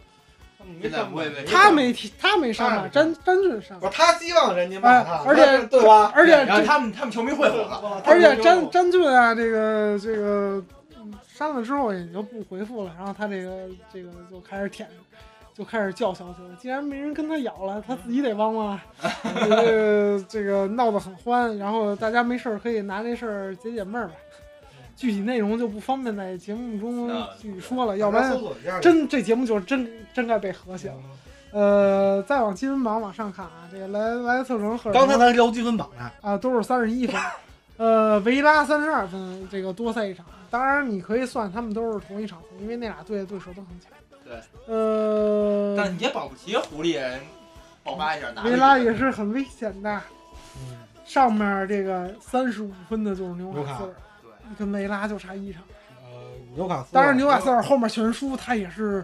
F: 没上过
E: 现在不会被
B: 他没提，他没上吧？
F: 当然
B: 詹詹俊上
F: 不，是他希望人家骂他
B: 哎，而且
F: 那对吧？
B: 而且
E: 然后
B: 这
E: 他们他们球迷会火了，
B: 而且詹詹俊啊，这个这个嗯删了之后也就不回复了，然后他这个这个就开始舔，就开始叫小雪了。既然没人跟他咬了，他自己得汪汪啊。 这个这个闹得很欢，然后大家没事儿可以拿这事儿解解闷儿吧。
F: 嗯
B: 具体内容就不方便在节目中
F: 啊
E: 那
B: 去说了，要不然
F: 搜索一下
B: 真这节目就是真真该被和
F: 嗯
B: 谐了。呃，再往积分榜往上看啊，这个莱莱斯特城和
F: 刚才咱聊积分榜呢，
B: 啊，都是三十一分，呃，维拉三十二分，这个多赛一场。当然，你可以算他们都是同一场次，因为那俩队的对手都很强。
E: 对，
B: 呃，
E: 但也保不齐狐狸爆发一下拿了一
B: 维
E: 个。
B: 拉也是很危险的。
F: 嗯
B: 上面这个三十五分的就是纽卡斯尔，
E: 对，
B: 跟维拉就差一场。
F: 呃，纽卡斯，啊
B: 当然，纽卡斯尔后面全输，他也是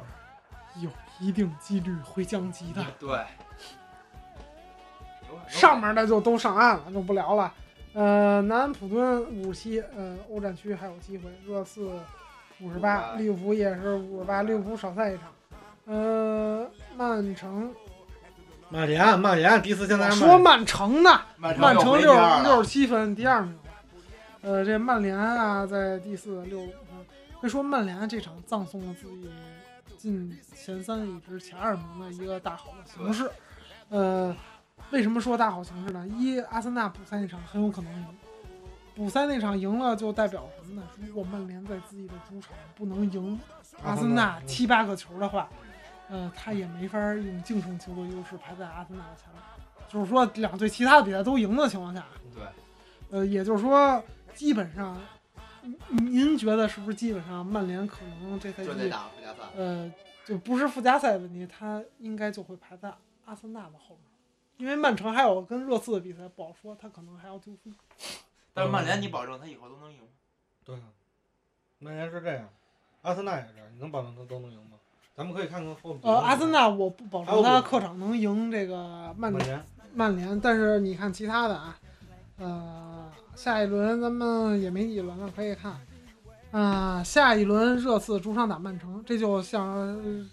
B: 有一定几率会降级的。
E: 对，
B: 上面的就都上岸了，就不聊了。呃，南安普敦五十七，呃，欧战区还有机会。热刺五十八，
E: 58
B: 利物浦也是五十八，利物浦少赛一场。呃，曼城，
F: 曼联，曼联第四现在
B: 我
F: 是
B: 说曼城呢，
E: 曼
B: 曼
E: 城又
B: 城
E: 回
B: 六
E: 第二了
B: 六十七分，第二名吧。呃，这曼联啊，在第四六十五分。可以说曼联这场葬送了自己进前三以至前二名的一个大好的形势。呃，为什么说大好形势呢？一，阿森纳补赛那场很有可能赢，补赛那场赢了就代表什么呢？如果曼联在自己的主场不能赢
F: 啊
B: 阿森纳七八个球的话，呃，他也没法用净胜球的优势排在阿森纳的前面。就是说，两队其他的比赛都赢的情况下，
E: 对，
B: 呃，也就是说，基本上，嗯您觉得是不是基本上曼联可能这赛
E: 就得
B: 季，
E: 打附加赛。
B: 呃，就不是附加赛问题，他应该就会排在阿森纳的后面，因为曼城还有跟热刺的比赛不好说，他可能还要丢分。
E: 但是曼联，你保证他以后都能赢吗？
F: 对，啊曼联是这样，阿森纳也是这样，你能保证他都能赢吗？咱们可以看看后面。
B: 呃，阿森纳我不保
F: 还有
B: 证他
F: 我
B: 客场能赢这个曼
F: 曼联，
B: 曼联，但是你看其他的啊，呃，下一轮咱们也没几轮了，可以看。啊、下一轮热刺主场打曼城，这就像、呃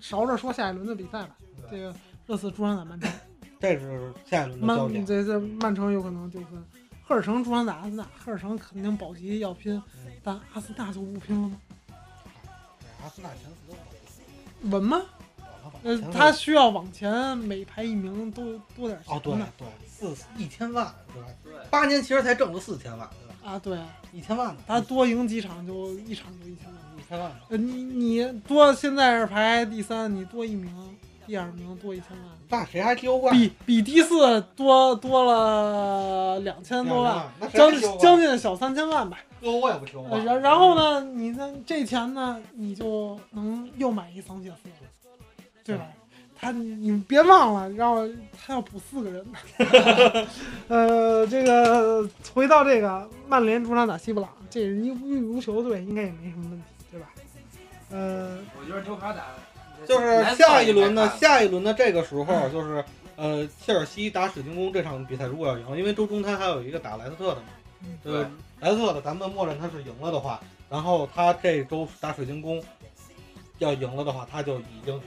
B: 勺着说下一轮的比赛吧。这个热刺主场打曼城，
F: 这是下一轮的焦
B: 曼
F: 点。
B: 这这曼城有可能丢分。赫尔城主场打阿森纳，赫尔城肯定保级要拼，
F: 嗯
B: 但阿森纳就不拼了吗？
F: 哎阿森纳前四都保
B: 稳吗？
F: 了吧？
B: 呃
F: 前，四
B: 他需要往前每排一名多多点
F: 哦，对
B: 钱呢。
F: 对，四一千万对吧？
E: 对，
F: 八年其实才挣了四千万对吧？
B: 啊，对啊，
F: 一千万呢，
B: 他多赢几场就一场就一千万。
F: 一千万呢，
B: 呃，你你多现在是排第三，你多一名，第二名多一千万，
F: 那谁还丢冠？
B: 比比第四多多了两千多万，
F: 那谁
B: 将
F: 还丢
B: 将
F: 冠？
B: 近小三千万吧。
F: 丢我也不丢
B: 呃
F: 啊。
B: 然、然后呢，你呢这钱呢，你就能又买一桑切斯了，对吧？他你你们别忘了，然后他要补四个人呢。 呃，这个回到这个曼联主场打西布朗，这人家无欲无求队应该也没什么问题，对吧？呃，
E: 我觉得纽卡打
F: 就是下一轮呢，下一轮的这个时候就是呃，切尔西打水晶宫这场比赛如果要赢，因为周中他还有一个打莱斯特的嘛，
B: 嗯
F: 呃，莱斯特的咱们默认他是赢了的话，然后他这周打水晶宫要赢了的话，他就已经是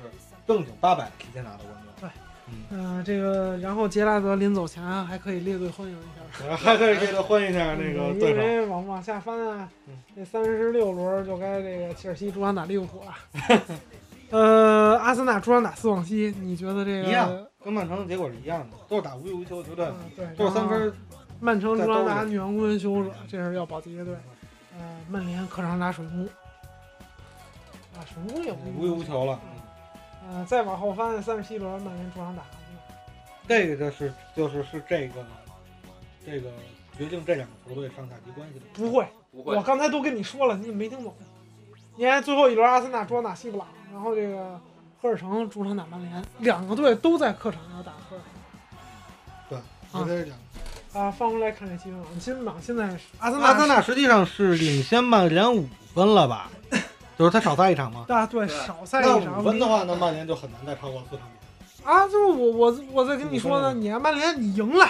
F: 正经八百提前拿到冠军
B: 呃，这个，然后杰拉德临走前啊还可以列队欢迎一下，
F: 了， 还可以给他欢迎一下那
B: 嗯
F: 个对
B: 因
F: 手。
B: 为往往下翻啊
F: 嗯，
B: 这三十六轮就该这个切尔西主场打利物浦 了。呃，阿森纳主场打斯旺西，你觉得这个
F: 一样跟曼城的结果是一样的，都是打无欲无求的球队，
B: 嗯对，
F: 都是三分。
B: 曼城主场打
F: 在兜
B: 女皇公园修士，这是要保级的队。呃，曼联客场打水木，啊，水木也
F: 嗯无欲无求了。
B: 呃，再往后翻三十七轮，曼联主场打阿森纳，
F: 这个就是就是是这个这个决定这两个球队上下级关系的。
B: 不会，
E: 不会
B: 我，刚才都跟你说了，你没听懂。你看最后一轮，阿森纳主场打西布朗，然后这个赫尔城主场打曼联，两个队都在客场要打赫尔城。
F: 我跟你讲，
B: 啊，翻过来看这积分榜，积分榜现在是阿森纳，
F: 阿森纳实际上是领先曼联五分了吧？就是他少赛一场 嘛。
B: 大对
E: 对
B: 少赛
F: 那
B: 一场
F: 五分的话，那曼联就很难再超过四场比赛。
B: 啊，就是我我我在跟你说
F: 五
B: 呢，
F: 分
B: 你啊曼联你赢了，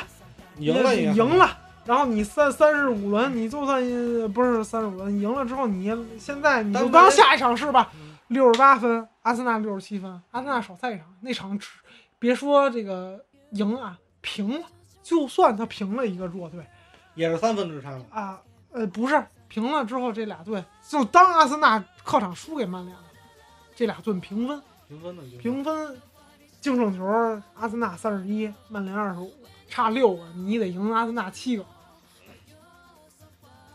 F: 你赢了
B: 你
F: 也很
B: 赢，了，然后你三三十五轮，你就算呃不是三十五轮，你赢了之后，你现在你
F: 但
B: 就是当下一场是吧
F: 嗯？
B: 六十八分，阿森纳六十七分，阿森纳少赛一场，那场只别说这个赢啊，平了，就算他平了一个弱队。
F: 也是三分之差了。
B: 啊，呃，不是平了之后，这俩队就当阿森纳客场输给曼联了，这俩队平分，
F: 平分的赢了
B: 平分净胜球，阿森纳三十一，曼联二十五，差六个，你得赢阿森纳七个。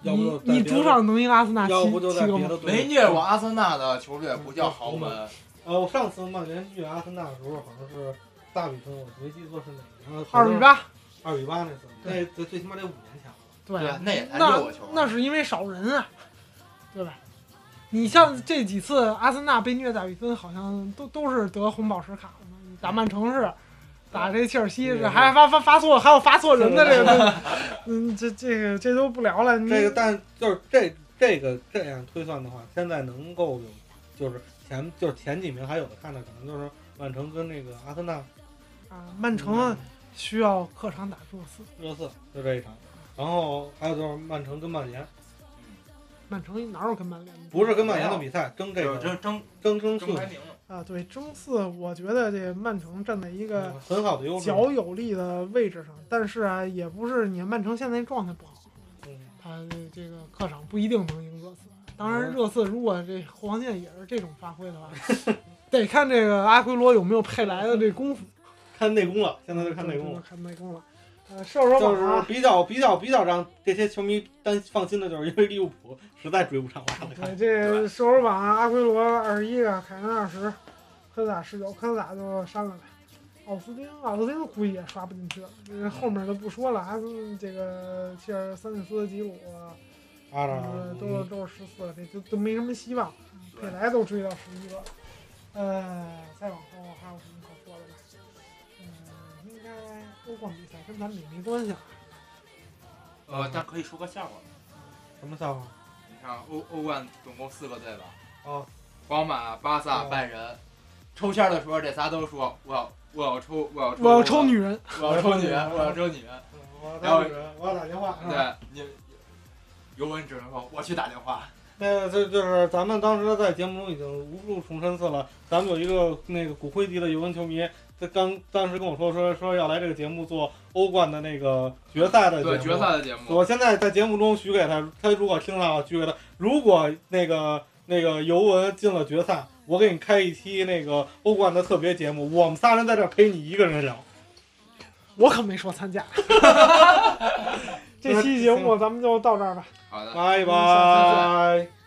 F: 要不就
B: 你你
F: 在别的
B: 主场能赢阿森纳七
F: 要不就
B: 七
F: 在
B: 个
F: 别
B: 吗？
F: 的
E: 没
F: 队。
E: 虐过阿森纳的球队不叫豪门，
F: 呃，我上次曼联遇阿森纳的时候，好像是大比分，我没记错是哪个。然后
B: 二比，八，
F: 二比八那次，那
B: 对
F: 最最起码得五年前了。
B: 对啊，
E: 那也才
B: 那
E: 六个球啊。
B: 那是因为少人啊，对吧？你像这几次阿森纳被虐打比分，好像都都是得红宝石卡的嘛。打曼城是，打这切尔西是，
F: 嗯
B: 还发发发错，还有发错人的这个，嗯，这这个这都不聊了。你
F: 这个，但就是这这个这样推算的话，现在能够有，就是前就是前几名还有的看的，可能就是曼城跟那个阿森纳、
B: 啊，曼
F: 嗯
B: 城需要客场打热刺，
F: 热刺就这一场，然后还有就是曼城跟曼联，
B: 曼城哪有跟曼联比
F: 不是跟曼联的比赛，争这
E: 就是
F: 个
E: 争争
F: 争争
E: 争排
F: 四，
E: 名了，
B: 啊？对，争四，我觉得这曼城站在一个
F: 嗯很好的优势。
B: 较有利的位置上，但是啊，也不是你看曼城现在状态不好。
F: 嗯
B: 他这这个客场不一定能赢热刺。当然，
F: 嗯
B: 热刺如果这后防线也是这种发挥的话， 得看这个阿奎罗有没有佩莱的这功夫。嗯
F: 看内功了，现在就看内功了。
B: 看内功了。呃，射手
F: 就
B: 榜
F: 是
B: 啊，
F: 比较比较比较让这些球迷担放心的，就是因为利物浦实在追不上瓦特
B: 嗯对，哎这射手榜啊阿奎罗二十一啊个，凯恩二十，科斯塔十九，科斯塔就删了呗。奥斯汀，奥斯汀估计也刷不进去了，因为后面就不说了。阿森这个切尔三内斯、吉鲁，
F: 阿
B: 呃
F: 扎尔，
B: 啊都是都是十四，这都都没什么希望。
E: 对
B: 本来都追到十一了，呃，再往后还有什么可说的吗？嗯，应该欧冠比赛跟咱们也没关系啊。
E: 呃，但可以说个笑话。
F: 什么笑话？
E: 你看欧欧冠总共四个队吧？
F: 哦，
E: 皇马、巴萨、
F: 哦
E: 拜仁。抽签的时候，这仨都说我要我要抽我要抽
B: 我要抽，女嗯人，
E: 我要抽女人，我要抽女人。
F: 我
E: 然后
F: 打女人，我要打电话。
B: 嗯
F: 啊
E: 对你，尤文只能说我去打电话。
F: 那这就是咱们当时在节目中已经无数重申次了。咱们有一个那个骨灰级的尤文球迷，他刚当时跟我说说说要来这个节目做欧冠的那个决赛的节目。
E: 对决。赛的节目，
F: 我现在在节目中许给他，他如果听了，我许给他。如果那个那个尤文进了决赛，我给你开一期那个欧冠的特别节目，我们仨人在这儿陪你一个人聊。
B: 我可没说参 加。这期节目咱们就到这儿吧。
E: 好的。
F: 拜
B: 嗯下
F: 拜。